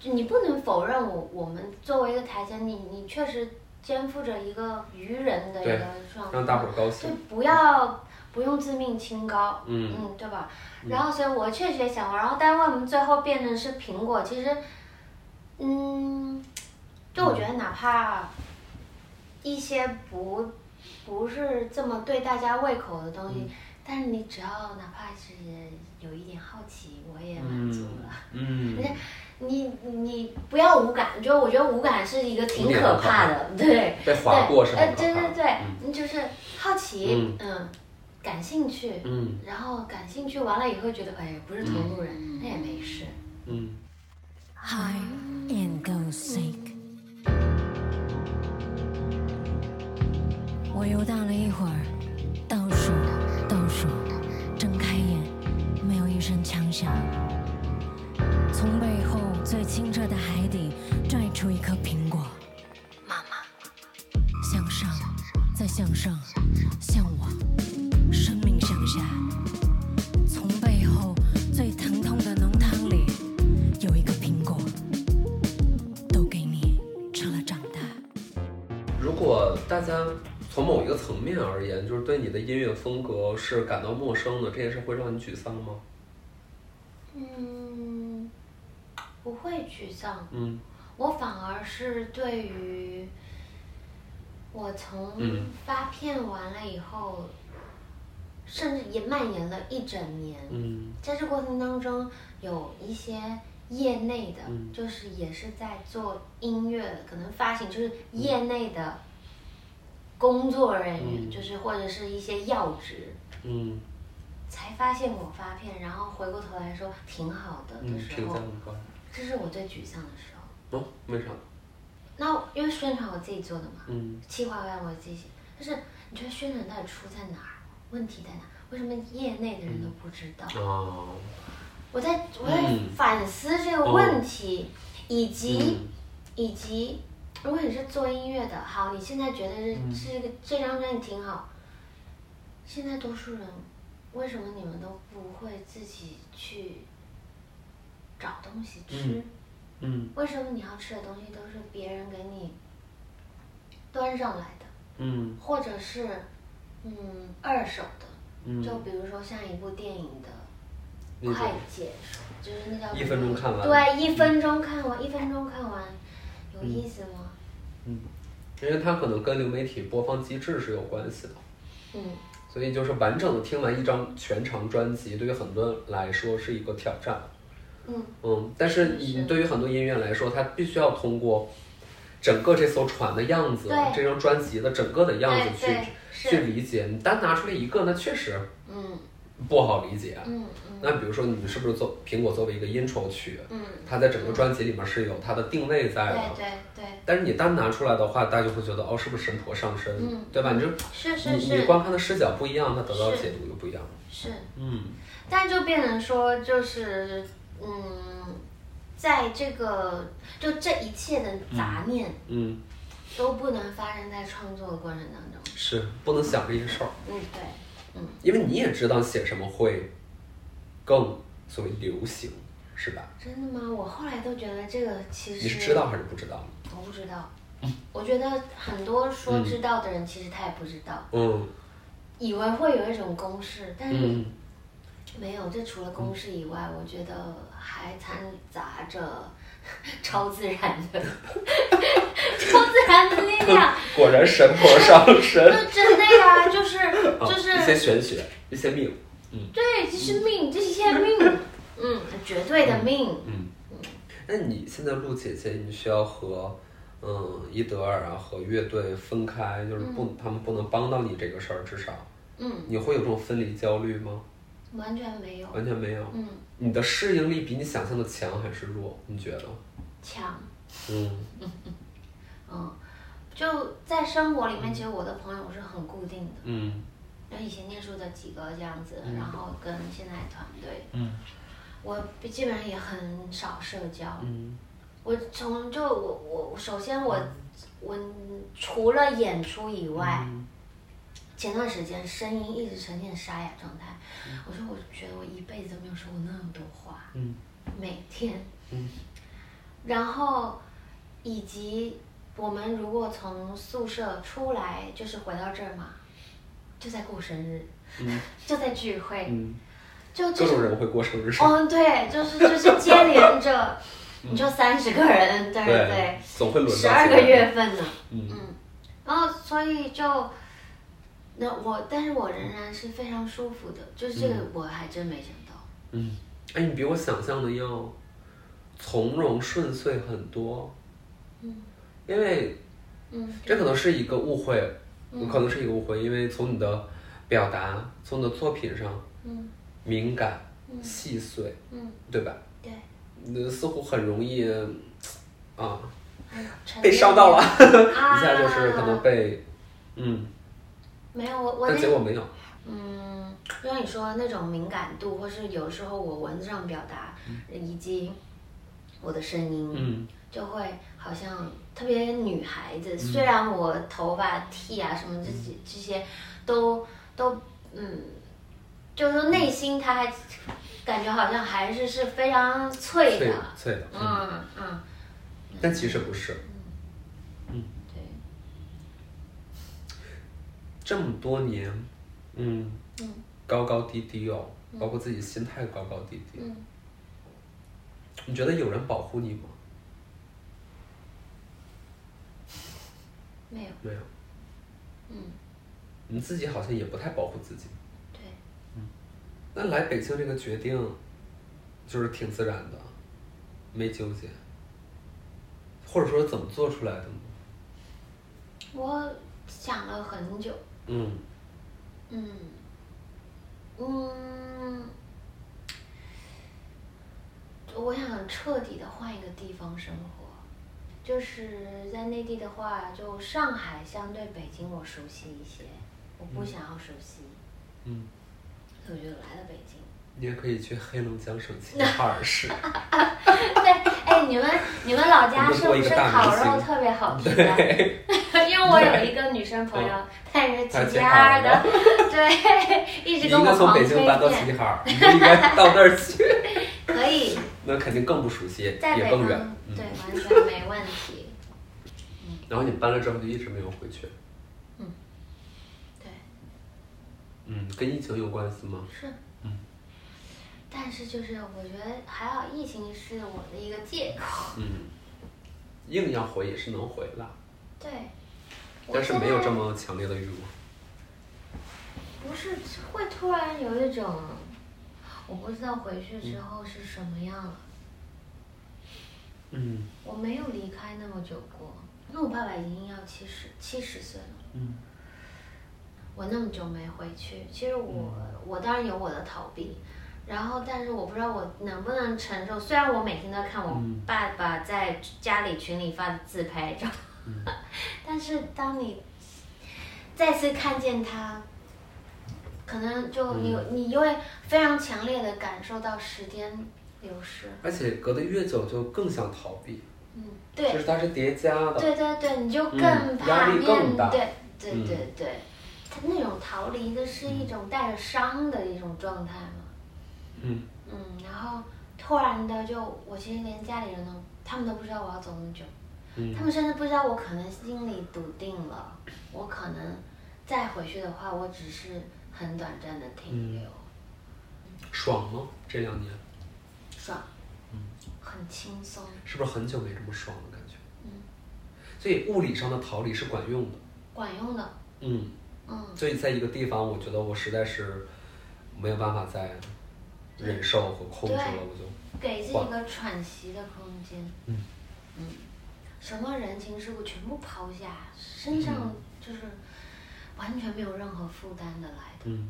Speaker 1: 就你不能否认我我们作为一个台前，你你确实肩负着一个愚人的一
Speaker 2: 对
Speaker 1: 个状
Speaker 2: 让
Speaker 1: 况，
Speaker 2: 大伙儿高
Speaker 1: 就
Speaker 2: 兴。
Speaker 1: 不要不用自命清高，
Speaker 2: 嗯
Speaker 1: 嗯，对吧？然后，所以我确实也想过，然后，但为我们最后变成是苹果，其实，嗯，就我觉得哪怕一些不不是这么对大家胃口的东西，但是你只要哪怕是有一点好奇，我也满足了。
Speaker 2: 嗯
Speaker 1: 你你不要无感，就我觉得无感是一个挺可怕的，对。
Speaker 2: 被划过是
Speaker 1: 对，
Speaker 2: 很
Speaker 1: 呃，
Speaker 2: 可
Speaker 1: 对
Speaker 2: 怕
Speaker 1: 对
Speaker 2: 的嗯
Speaker 1: 对，你就是好奇，嗯感兴趣，
Speaker 2: 嗯
Speaker 1: 然后感兴趣完了以后觉得，哎，不是同路人，那也没事。
Speaker 2: 嗯
Speaker 5: high and go seek。我游荡了一会儿，倒数，倒数，睁开眼，没有一声枪响。从背后最清澈的海底拽出一颗苹果，妈妈，向上，再向上，向往，生命向下。从背后最疼痛的浓汤里，有一个苹果，都给你吃了长大。
Speaker 2: 如果大家从某一个层面而言，就是对你的音乐风格是感到陌生的，这件事会让你沮丧吗？
Speaker 1: 嗯，不会沮丧，
Speaker 2: 嗯
Speaker 1: 我反而是对于我从
Speaker 2: 嗯
Speaker 1: 发片完了以后，甚至也蔓延了一整年。
Speaker 2: 嗯
Speaker 1: 在这过程当中，有一些业内的，
Speaker 2: 嗯
Speaker 1: 就是也是在做音乐，可能发行就是
Speaker 2: 嗯
Speaker 1: 业内的工作人员，
Speaker 2: 嗯
Speaker 1: 就是或者是一些要职，
Speaker 2: 嗯
Speaker 1: 才发现我发片，然后回过头来说挺好的的
Speaker 2: 嗯，
Speaker 1: 时
Speaker 2: 评
Speaker 1: 候，
Speaker 2: 价很高。
Speaker 1: 这是我最沮丧的时候。
Speaker 2: 嗯，为啥？
Speaker 1: 那因为宣传我自己做的嘛，
Speaker 2: 嗯
Speaker 1: 企划案我自己写，但是你觉得宣传到底出在哪儿？问题在哪？为什么业内的人
Speaker 2: 嗯
Speaker 1: 都不知道？
Speaker 2: 哦，
Speaker 1: 我在我在
Speaker 2: 嗯哦
Speaker 1: 反思这个问题，以及、以及，如果你是做音乐的，好，你现在觉得是、这
Speaker 2: 嗯
Speaker 1: 个这张专辑挺好，现在多数人为什么你们都不会自己去找东西吃？
Speaker 2: 嗯
Speaker 1: 为什么你要吃的东西都是别人给你端上来的，
Speaker 2: 嗯
Speaker 1: 或者是嗯二手的？
Speaker 2: 嗯
Speaker 1: 就比如说像一部电影的。
Speaker 2: 那
Speaker 1: 快
Speaker 2: 种
Speaker 1: 解说，就是那叫
Speaker 2: 一分钟看完
Speaker 1: 对，一分钟看完，一分钟看完，有意思吗？
Speaker 2: 因为它可能跟流媒体播放机制是有关系的，
Speaker 1: 嗯，
Speaker 2: 所以就是完整的听完一张全长专辑，对于很多人来说是一个挑战。
Speaker 1: 嗯
Speaker 2: 嗯，但是你
Speaker 1: 是
Speaker 2: 对于很多音乐来说，它必须要通过整个这艘船的样子
Speaker 1: 对，
Speaker 2: 这张专辑的整个的样子
Speaker 1: 对对
Speaker 2: 去
Speaker 1: 是
Speaker 2: 去理解。你单拿出来一个，那确实
Speaker 1: 嗯
Speaker 2: 不好理解。
Speaker 1: 嗯嗯
Speaker 2: 那比如说，你是不是作苹果作为一个 intro 曲，
Speaker 1: 嗯，
Speaker 2: 它在整个专辑里面是有它的定位在的
Speaker 1: 对。对对，
Speaker 2: 但是你单拿出来的话，大家就会觉得哦，是不是神婆上身，
Speaker 1: 嗯
Speaker 2: 对吧？你就是
Speaker 1: 是
Speaker 2: 你你
Speaker 1: 是
Speaker 2: 观看的视角不一样，它得到的
Speaker 1: 是
Speaker 2: 解读就不一样。
Speaker 1: 是，
Speaker 2: 嗯
Speaker 1: 但就变成说，就是嗯，在这个就这一切的杂念
Speaker 2: 嗯，
Speaker 1: 都不能发生在创作的过程当中。
Speaker 2: 是不能想这些事儿，
Speaker 1: 嗯，对，
Speaker 2: 因为你也知道写什么会更所谓流行，是吧？
Speaker 1: 真的吗？我后来都觉得这个其实
Speaker 2: 你是知道还是不知道？
Speaker 1: 我不知道，我觉得很多说知道的人，其实他也不知道，
Speaker 2: 嗯
Speaker 1: 以为会有一种公式，但是
Speaker 2: 嗯
Speaker 1: 没有。这除了公式以外，我觉得还掺杂着 超自然的 超自然的力量。
Speaker 2: 果然神婆上身。
Speaker 1: 就真的呀，就是
Speaker 2: 啊
Speaker 1: 就是
Speaker 2: 一些玄学，一些命。
Speaker 1: 对，这是命，这是一些命。嗯，绝对对的命。
Speaker 2: 嗯，那你现在录姐姐，你需要和嗯伊德尔啊和乐队分开，就是不、他们不能帮到你这个事儿，至少
Speaker 1: 嗯，
Speaker 2: 你会有这种分离焦虑吗？
Speaker 1: 完全没有。
Speaker 2: 完全没有。
Speaker 1: 嗯，
Speaker 2: 你的适应力比你想象的强还是弱？你觉得？
Speaker 1: 强。
Speaker 2: 嗯
Speaker 1: 嗯，就在生活里面，其实我的朋友是很固定的，
Speaker 2: 嗯
Speaker 1: 就以前念书的几个这样子，
Speaker 2: 嗯
Speaker 1: 然后跟现在团队，
Speaker 2: 嗯
Speaker 1: 我基本上也很少社交。
Speaker 2: 嗯
Speaker 1: 我从就我我我首先我我除了演出
Speaker 2: 嗯
Speaker 1: 以外，前段时间声音一直呈现沙哑状态，我说我觉得我一辈子都没有说过那么多话，
Speaker 2: 嗯
Speaker 1: 每天，
Speaker 2: 嗯
Speaker 1: 然后以及我们如果从宿舍出来，就是回到这儿嘛，就在过生日，
Speaker 2: 嗯
Speaker 1: 就在聚会，
Speaker 2: 嗯，
Speaker 1: 就
Speaker 2: 各
Speaker 1: 就
Speaker 2: 种
Speaker 1: 是
Speaker 2: 人会过生日。
Speaker 1: 嗯、对，就是就是接连 着，你说三十个人，对对对。
Speaker 2: 对，总会轮到
Speaker 1: 十二
Speaker 2: 别
Speaker 1: 个
Speaker 2: 人
Speaker 1: 月。份呢，
Speaker 2: 嗯
Speaker 1: 嗯，然后所以就，那我，但是我仍然是非常舒服的，就是这个我还真没想到，
Speaker 2: 嗯，哎，你比我想象的要从容顺遂很多。
Speaker 1: 嗯，
Speaker 2: 因为
Speaker 1: 嗯，
Speaker 2: 这可能是一个误会，可能是一个误会，因为从你的表达，从你的作品上，
Speaker 1: 嗯，
Speaker 2: 敏感、细碎，
Speaker 1: 嗯，
Speaker 2: 对吧？
Speaker 1: 对，
Speaker 2: 那似乎很容易啊
Speaker 1: 沉
Speaker 2: 被
Speaker 1: 淀
Speaker 2: 烧到了，
Speaker 1: 啊
Speaker 2: 一下就是可能被嗯，
Speaker 1: 没有我我
Speaker 2: 但
Speaker 1: 那
Speaker 2: 结果没有，
Speaker 1: 嗯，就像你说的那种敏感度，或是有时候我文字上表达，以及我的声音，
Speaker 2: 嗯
Speaker 1: 就会好像特别女孩子，虽然我头发剃啊什么这些这些都都嗯，就是说内心她还感觉好像还是是非常脆
Speaker 2: 脆
Speaker 1: 的，
Speaker 2: 脆的，嗯，
Speaker 1: 嗯嗯，
Speaker 2: 但其实不是。
Speaker 1: 对，
Speaker 2: 这么多年，嗯，
Speaker 1: 嗯
Speaker 2: 高高低低哦，包括自己心态高高低低。
Speaker 1: 嗯
Speaker 2: 你觉得有人保护你吗？
Speaker 1: 没有，
Speaker 2: 没有，
Speaker 1: 嗯
Speaker 2: 你自己好像也不太保护自己。嗯
Speaker 1: 对，
Speaker 2: 那来北京这个决定，就是挺自然的，没纠结，或者说怎么做出来的呢？
Speaker 1: 我想了很久，
Speaker 2: 嗯
Speaker 1: 嗯嗯，我想彻底的换一个地方生活。就是在内地的话，就上海相对北京我熟悉一些，我不想要熟悉，
Speaker 2: 嗯，
Speaker 1: 所以我就来了北京。
Speaker 2: 你也可以去黑龙江省齐齐哈尔市。
Speaker 1: 对，哎，你们你们老家是不
Speaker 2: 我们多一
Speaker 1: 是
Speaker 2: 个大
Speaker 1: 烤
Speaker 2: 明星
Speaker 1: 肉特别好吃啊？
Speaker 2: 对， 嗯
Speaker 1: 因为我有一个女生朋友，她也是齐齐哈尔
Speaker 2: 她
Speaker 1: 的， 对，一
Speaker 2: 你
Speaker 1: 直
Speaker 2: 应
Speaker 1: 跟
Speaker 2: 该
Speaker 1: 我
Speaker 2: 从
Speaker 1: 狂
Speaker 2: 北
Speaker 1: 推
Speaker 2: 京搬到齐
Speaker 1: 荐，
Speaker 2: 齐哈尔，你就应该到那儿去，
Speaker 1: 可以。
Speaker 2: 那肯定更不熟悉，
Speaker 1: 在
Speaker 2: 也
Speaker 1: 北
Speaker 2: 更
Speaker 1: 方
Speaker 2: 远。嗯
Speaker 1: 对，完全没问题。
Speaker 2: 然后你搬了之后就一直没有回去。
Speaker 1: 嗯对，
Speaker 2: 嗯，跟疫情有关系吗？
Speaker 1: 是。
Speaker 2: 嗯
Speaker 1: 但是就是我觉得还好，疫情是我的一个借口。
Speaker 2: 嗯，硬要回也是能回来，
Speaker 1: 对。
Speaker 2: 但是没有这
Speaker 1: 么。
Speaker 2: 么强烈的欲望。
Speaker 1: 不是会突然有一种，我不知道回去之后是什么样了。
Speaker 2: 嗯
Speaker 1: 我没有离开那么久过，因为我爸爸已经要七十七十岁了。
Speaker 2: 嗯
Speaker 1: 我那么久没回去，其实我、
Speaker 2: 嗯
Speaker 1: 我当然有我的逃避，然后但是我不知道我能不能承受。虽然我每天都看我
Speaker 2: 嗯
Speaker 1: 爸爸在家里群里发的自拍照，
Speaker 2: 嗯
Speaker 1: 但是当你再次看见他，可能就
Speaker 2: 嗯
Speaker 1: 你、你就会非常强烈的感受到时间流逝。
Speaker 2: 而且隔得越久就更想逃避，
Speaker 1: 嗯，对
Speaker 2: 就是它是叠加的。
Speaker 1: 对对对，你就更
Speaker 2: 嗯压
Speaker 1: 怕
Speaker 2: 力
Speaker 1: 面
Speaker 2: 更大
Speaker 1: 对对
Speaker 2: 嗯
Speaker 1: 对对，他那种逃离的是一种带着伤的一种状态嘛。
Speaker 2: 嗯
Speaker 1: 嗯，然后突然的就，我其实连家里人都，他们都不知道我要走那么久，
Speaker 2: 嗯
Speaker 1: 他们甚至不知道我可能心里笃定了，我可能再回去的话，我只是很短暂的停留，
Speaker 2: 嗯爽吗？这两年
Speaker 1: 爽，很轻松，
Speaker 2: 是不是很久没这么爽的感觉？
Speaker 1: 嗯，
Speaker 2: 所以物理上的逃离是管用的。
Speaker 1: 管用的，
Speaker 2: 嗯，
Speaker 1: 嗯
Speaker 2: 所以在一个地方，我觉得我实在是没有办法再忍受和控制了，
Speaker 1: 对
Speaker 2: 我就
Speaker 1: 给自己一个喘息的空间。
Speaker 2: 嗯
Speaker 1: 嗯什么人情世故全部抛下，身上就是完全没有任何负担的来的。
Speaker 2: 嗯。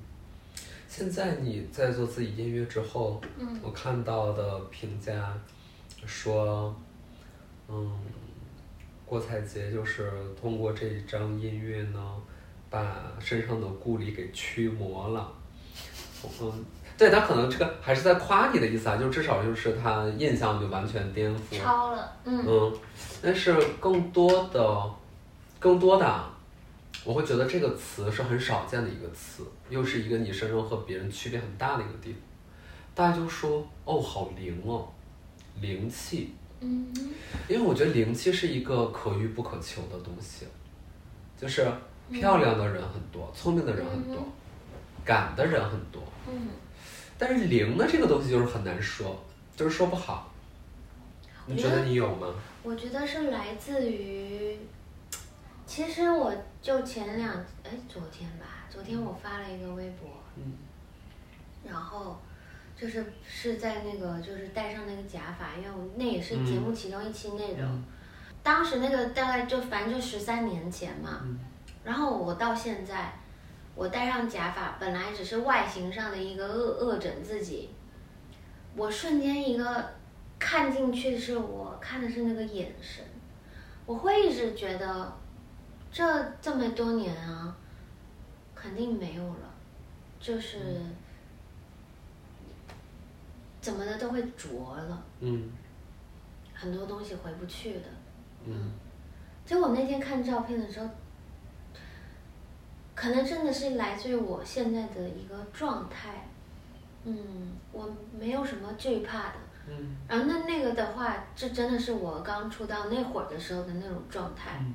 Speaker 2: 现在你在做自己音乐之后，
Speaker 1: 嗯
Speaker 2: 我看到的评价说，嗯，郭采洁就是通过这一张音乐呢，把身上的顾虑给驱魔了。嗯，对他可能这个还是在夸你的意思啊，就至少就是他印象就完全颠覆。
Speaker 1: 超了，嗯
Speaker 2: 嗯，但是更多的，更多的啊，我会觉得这个词是很少见的一个词，又是一个你身上和别人区别很大的一个地方。大家就说哦，好灵哦，灵气，
Speaker 1: 嗯，
Speaker 2: 因为我觉得灵气是一个可遇不可求的东西，就是漂亮的人很多，聪明的人很多，敢的人很多，
Speaker 1: 嗯，
Speaker 2: 但是灵的这个东西就是很难说，就是说不好。你觉得你有吗？
Speaker 1: 我觉得是来自于，其实我就前两哎昨天吧，昨天我发了一个微博，
Speaker 2: 嗯，
Speaker 1: 然后就是是在那个就是戴上那个假发，因为我那也是节目其中一期内容，
Speaker 2: 嗯
Speaker 1: 当时那个大概就反正就十三年前嘛，
Speaker 2: 嗯
Speaker 1: 然后我到现在，我戴上假发本来只是外形上的一个恶恶整自己，我瞬间一个看进去是我看的是那个眼神，我会一直觉得这这么多年啊，肯定没有了，就是。怎么的都会浊了，
Speaker 2: 嗯
Speaker 1: 很多东西回不去的。
Speaker 2: 嗯
Speaker 1: 结果那天看照片的时候，可能真的是来自于我现在的一个状态，嗯，我没有什么惧怕的。
Speaker 2: 嗯
Speaker 1: 然后那那个的话，这真的是我刚出道那会儿的时候的那种状态，
Speaker 2: 嗯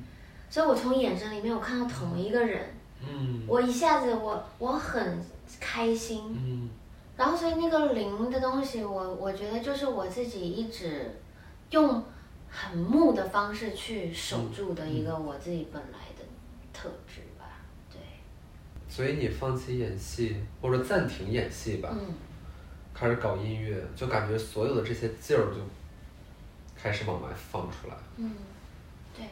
Speaker 1: 所以我从眼神里面我看到同一个人，
Speaker 2: 嗯
Speaker 1: 我一下子我我很开心，
Speaker 2: 嗯
Speaker 1: 然后所以那个灵的东西我，我觉得就是我自己一直用很木的方式去
Speaker 2: 嗯
Speaker 1: 守住的一个我自己本来的特质吧。对，
Speaker 2: 所以你放弃演戏，或者暂停演戏吧，
Speaker 1: 嗯，
Speaker 2: 开始搞音乐，就感觉所有的这些劲儿就开始往外放出来，
Speaker 1: 嗯，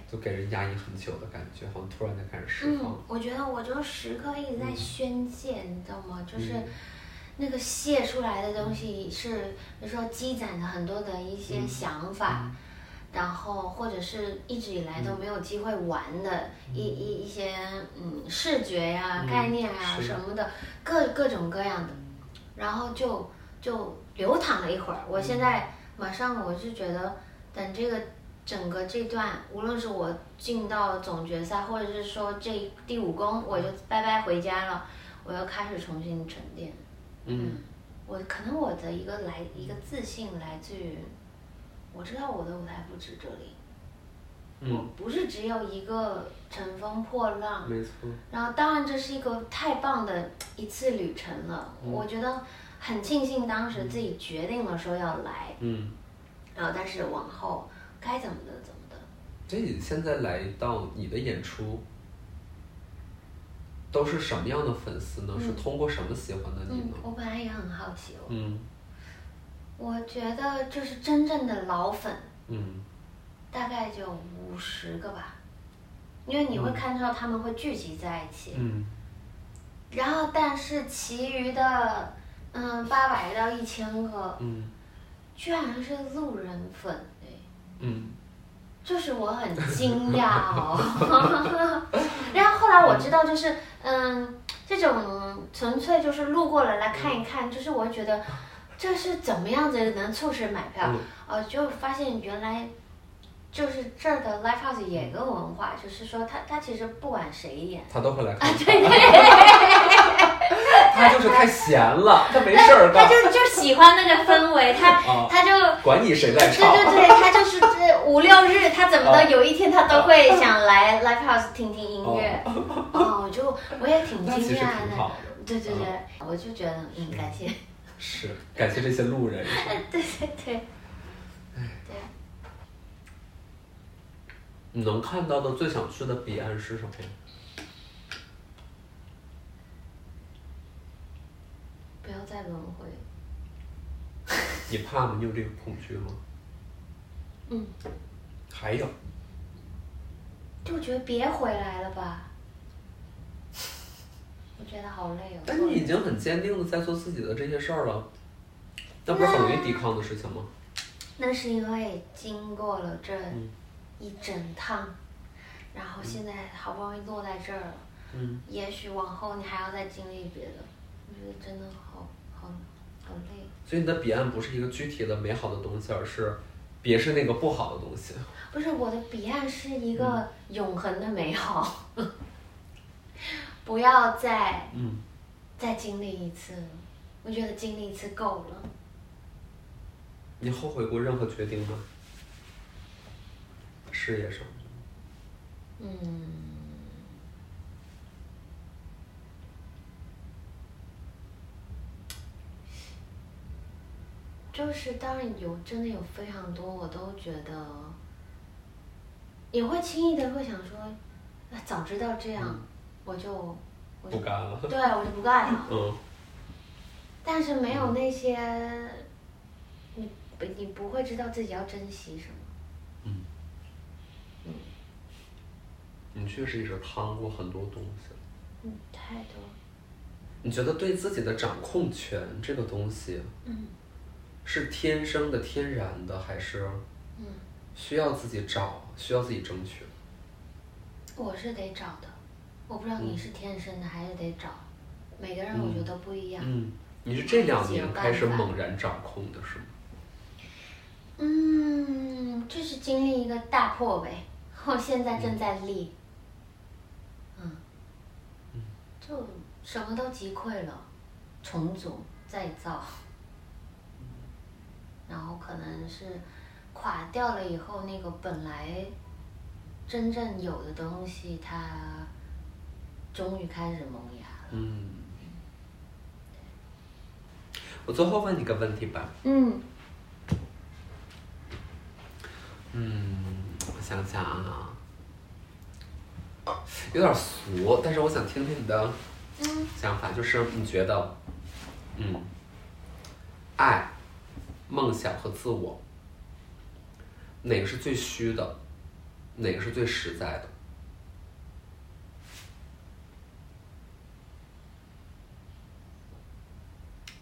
Speaker 2: 就给人压抑很久的感觉，好像突然间开始释
Speaker 1: 嗯
Speaker 2: 放了。，
Speaker 1: 我觉得我就时刻一直在宣泄，你知道吗？就是
Speaker 2: 嗯
Speaker 1: 那个泄出来的东西是，比如说积攒了很多的一
Speaker 2: 嗯
Speaker 1: 些想法，然后或者是一直以
Speaker 2: 嗯
Speaker 1: 来都没有机会玩的一、一一些嗯视觉呀、
Speaker 2: 嗯
Speaker 1: 概念啊
Speaker 2: 是
Speaker 1: 什么的，各各种各样的，然后就就流淌了一会儿。我
Speaker 2: 嗯
Speaker 1: 现在马上我是觉得，等这个整个这段，无论是我进到总决赛，或者是说这第五宫，我就拜拜回家了，我要开始重新沉淀。
Speaker 2: 嗯
Speaker 1: 我可能我的一个来一个自信来自于，我知道我的舞台不止这里，我
Speaker 2: 嗯，
Speaker 1: 不是只有一个乘风破浪，
Speaker 2: 没错，
Speaker 1: 然后当然这是一个太棒的一次旅程了，我觉得很庆幸当时自己决定了说要来，
Speaker 2: 嗯。
Speaker 1: 然后但是往后该怎么的怎么的，
Speaker 2: 所以你现在来到你的演出，都是什么样的粉丝呢？
Speaker 1: 嗯
Speaker 2: 是通过什么喜欢的你
Speaker 1: 嗯
Speaker 2: 呢，？
Speaker 1: 我本来也很好奇，我
Speaker 2: 嗯
Speaker 1: 我觉得就是真正的老粉
Speaker 2: 嗯
Speaker 1: 大概就五十个吧，因为你会看到他们会聚集在一起，
Speaker 2: 嗯
Speaker 1: 然后，但是其余的，嗯，八百到一千个，
Speaker 2: 嗯
Speaker 1: 居然是路人粉哎，
Speaker 2: 嗯
Speaker 1: 就是我很惊讶哦。 然后后来我知道，就是嗯，这种纯粹就是路过了来看一看，就是我觉得这是怎么样子能促使买票
Speaker 2: 嗯？
Speaker 1: 呃，就发现原来。就是这儿的 live house 也有个文化，就是说他他其实不管谁演，
Speaker 2: 他都会来看。他就是太闲了，他没事儿
Speaker 1: 哎
Speaker 2: 干
Speaker 1: 他。就就喜欢那个氛围，他
Speaker 2: 啊
Speaker 1: 他就
Speaker 2: 管你谁在
Speaker 1: 对
Speaker 2: 唱，
Speaker 1: 对对，他就是这五六日，他怎么
Speaker 2: 啊
Speaker 1: 的，有一天他都会想来 live house 听听音乐。哦，我就我也挺
Speaker 2: 那其
Speaker 1: 惊
Speaker 2: 实
Speaker 1: 讶
Speaker 2: 挺好
Speaker 1: 的。对
Speaker 2: 的。
Speaker 1: 对对，我就觉得嗯，感谢，
Speaker 2: 是感谢这些路人。
Speaker 1: 对对对，对，
Speaker 2: 你能看到的最想去的彼岸是什么呀？
Speaker 1: 不要再轮回，
Speaker 2: 你怕吗？你有这个恐惧吗？
Speaker 1: 嗯，
Speaker 2: 还有，
Speaker 1: 就觉得别回来了吧。我觉得好累哦。
Speaker 2: 但你已经很坚定的在做自己的这些事儿了，那不是很容易抵抗的事情吗？
Speaker 1: 那是因为经过了这
Speaker 2: 嗯
Speaker 1: 一整趟，然后现在好不容易落在这儿了，
Speaker 2: 嗯，
Speaker 1: 也许往后你还要再经历别的，我觉得真的好好好累。
Speaker 2: 所以你的彼岸不是一个具体的美好的东西，而是别是那个不好的东西。
Speaker 1: 不是我的彼岸是一个永恒的美好， 不要再
Speaker 2: 嗯，
Speaker 1: 再经历一次了，我觉得经历一次够了。
Speaker 2: 你后悔过任何决定吗？事业上，
Speaker 1: 嗯，就是当然有，真的有非常多，我都觉得也会轻易的会想说，那早知道这样，我就我就
Speaker 2: 嗯不干了。
Speaker 1: 对我就不干了。
Speaker 2: 嗯，
Speaker 1: 但是没有那些，你不你不会知道自己要珍惜什么。
Speaker 2: 你确实也是趟过很多东西。
Speaker 1: 嗯，太多。
Speaker 2: 你觉得对自己的掌控权这个东西，
Speaker 1: 嗯，
Speaker 2: 是天生的、天然的，还是
Speaker 1: 嗯，
Speaker 2: 需要自己找、需要自己争取？
Speaker 1: 我是得找的，我不知道你是天生的还是得找，每个人我觉得都不一样。
Speaker 2: 嗯，你是这两年
Speaker 1: 有办
Speaker 2: 开始
Speaker 1: 法
Speaker 2: 猛然掌控的，是吗？
Speaker 1: 嗯，就是经历一个大破呗，我现在正在立。嗯，就什么都击溃了，重组再造， 然后可能是垮掉了以后，那个本来真正有的东西，它终于开始萌芽了。
Speaker 2: 嗯。我最后问你个问题吧，
Speaker 1: 嗯
Speaker 2: 嗯，我想想啊，有点俗，但是我想听听你的
Speaker 1: 嗯
Speaker 2: 想法，就是你觉得，嗯，爱、梦想和自我，哪个是最虚的，哪个是最实在的？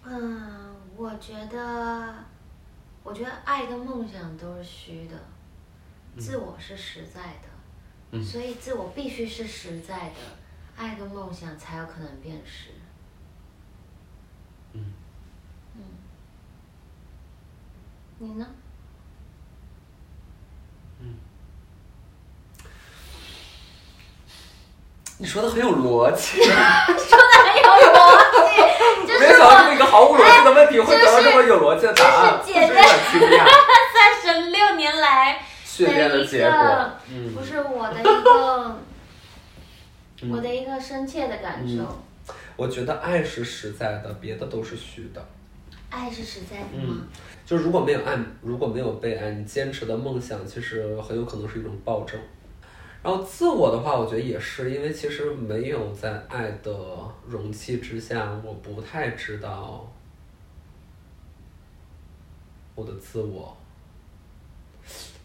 Speaker 1: 嗯，我觉得，我觉得爱跟梦想都是虚的，自我是实在的，
Speaker 2: 嗯
Speaker 1: 所以自我必须是实在的，爱跟梦想才有可能变实。
Speaker 2: 嗯
Speaker 1: 嗯，你 呢？
Speaker 2: 你说的很有逻 辑，
Speaker 1: 没有 逻辑，这
Speaker 2: 没有
Speaker 1: 是
Speaker 2: 想到这么
Speaker 1: 我
Speaker 2: 一个毫无逻辑的问题会得到这么有逻辑的答案，
Speaker 1: 这是
Speaker 2: 我真的 很惊讶。
Speaker 1: 三十六年来
Speaker 2: 啊训练的结果，嗯
Speaker 1: 不，是我的一 个，
Speaker 2: 嗯
Speaker 1: 我的一个深切的感受。
Speaker 2: 嗯我觉得爱是实在的，别的都是虚的。
Speaker 1: 爱是实在的
Speaker 2: 嗯
Speaker 1: 吗？，
Speaker 2: 就如果没有爱，如果没有被爱，你坚持的梦想其实很有可能是一种暴政。然后自我的话，我觉得也是，因为其实没有在爱的容器之下，我不太知道我的自我。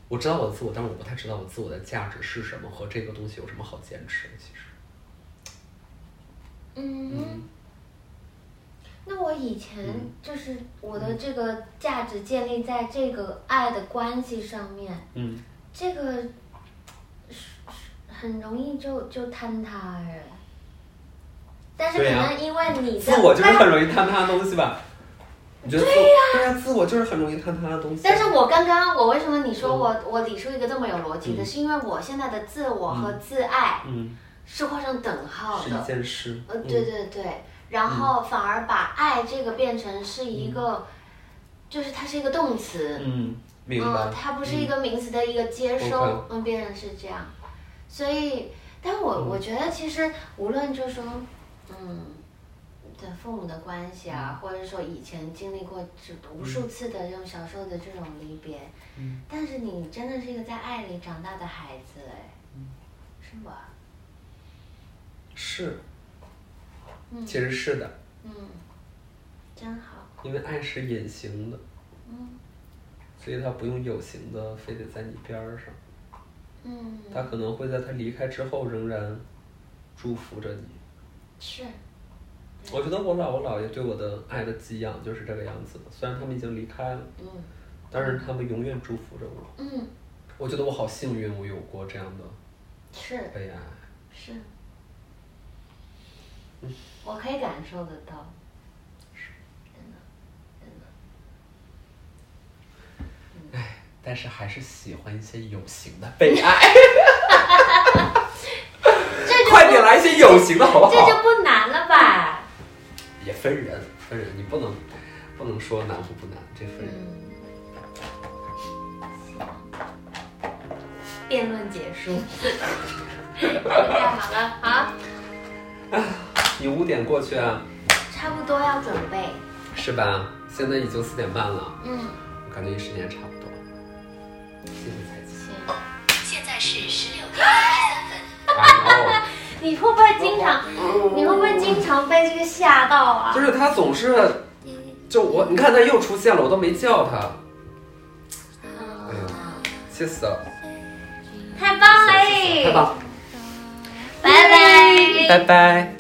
Speaker 2: 我知道我的自我，但是我不太知道我自我的价值是什么和这个东西有什么好坚持。其实，
Speaker 1: 嗯，那我以前
Speaker 2: 嗯
Speaker 1: 就是我的这个价值建立在这个爱的关系上面，
Speaker 2: 嗯，
Speaker 1: 这个是是很容易就就坍塌了。但是可
Speaker 2: 对呀
Speaker 1: 能因为你的
Speaker 2: 自我就是
Speaker 1: 但
Speaker 2: 很容易坍塌的东西吧？你觉得自我？对呀、自我就是很容易嗯坍塌的东西。啊
Speaker 1: 但是我刚刚我为什么你说我、我理出一个这么有逻辑的，是因为我现在的自我和自爱
Speaker 2: 嗯。
Speaker 1: 是画上等号哦的，
Speaker 2: 是一件事。嗯
Speaker 1: 呃，对对对，然后反而把爱这个变成是一个，就是它是一个动词，
Speaker 2: 嗯，明白
Speaker 1: 嗯，。它不是一个名词的一个接收
Speaker 2: OK，
Speaker 1: 嗯，变成是这样，所以，但我、
Speaker 2: 嗯
Speaker 1: 我觉得其实无论就说，嗯，的父母的关系
Speaker 2: 嗯
Speaker 1: 啊，或者说以前经历过这无数次的这种小时候的这种离别，
Speaker 2: 嗯
Speaker 1: 但是你真的是一个在爱里长大的孩子，哎，
Speaker 2: 嗯
Speaker 1: 是吧？
Speaker 2: 是，
Speaker 1: 嗯
Speaker 2: 其实是的，
Speaker 1: 嗯，真好。
Speaker 2: 因为爱是隐形的，
Speaker 1: 嗯
Speaker 2: 所以他不用有形的，非得在你边儿上，
Speaker 1: 嗯，
Speaker 2: 他可能会在他离开之后仍然祝福着你。
Speaker 1: 嗯是，
Speaker 2: 我觉得我姥我姥爷对我的爱的寄养就是这个样子的，虽然他们已经离开了，
Speaker 1: 嗯
Speaker 2: 但是他们永远祝福着我。
Speaker 1: 嗯，
Speaker 2: 我觉得我好幸运，我有过这样的
Speaker 1: 是
Speaker 2: 被爱。
Speaker 1: 是，我可以感受得到，
Speaker 2: 但是还是喜欢一些有形的被爱，
Speaker 1: 哎这就
Speaker 2: 快点来一些有形的好不
Speaker 1: 这
Speaker 2: 好？
Speaker 1: 就不难了吧？
Speaker 2: 也分人，分人，你不能不能说难或不难，这分
Speaker 1: 嗯
Speaker 2: 人。
Speaker 1: 辩论结束，太好了，好，
Speaker 2: 你五点过去啊，
Speaker 1: 差不多要准备，
Speaker 2: 是吧？现在已经四点半了，
Speaker 1: 嗯，
Speaker 2: 我感觉一时间差不多了。谢谢彩姐。
Speaker 1: 行。
Speaker 5: 现在是十六点。
Speaker 2: 哎
Speaker 1: 你会不会经常， 你会不会经常被这个吓到
Speaker 2: 呦，
Speaker 1: 啊？
Speaker 2: 就是他总是，就我，你看他又出现了，我都没叫他。哎呀，
Speaker 1: 啊
Speaker 2: 气死了！
Speaker 1: 太棒了
Speaker 2: 太
Speaker 1: 哎！
Speaker 2: 棒，
Speaker 1: 拜拜。
Speaker 2: 拜拜。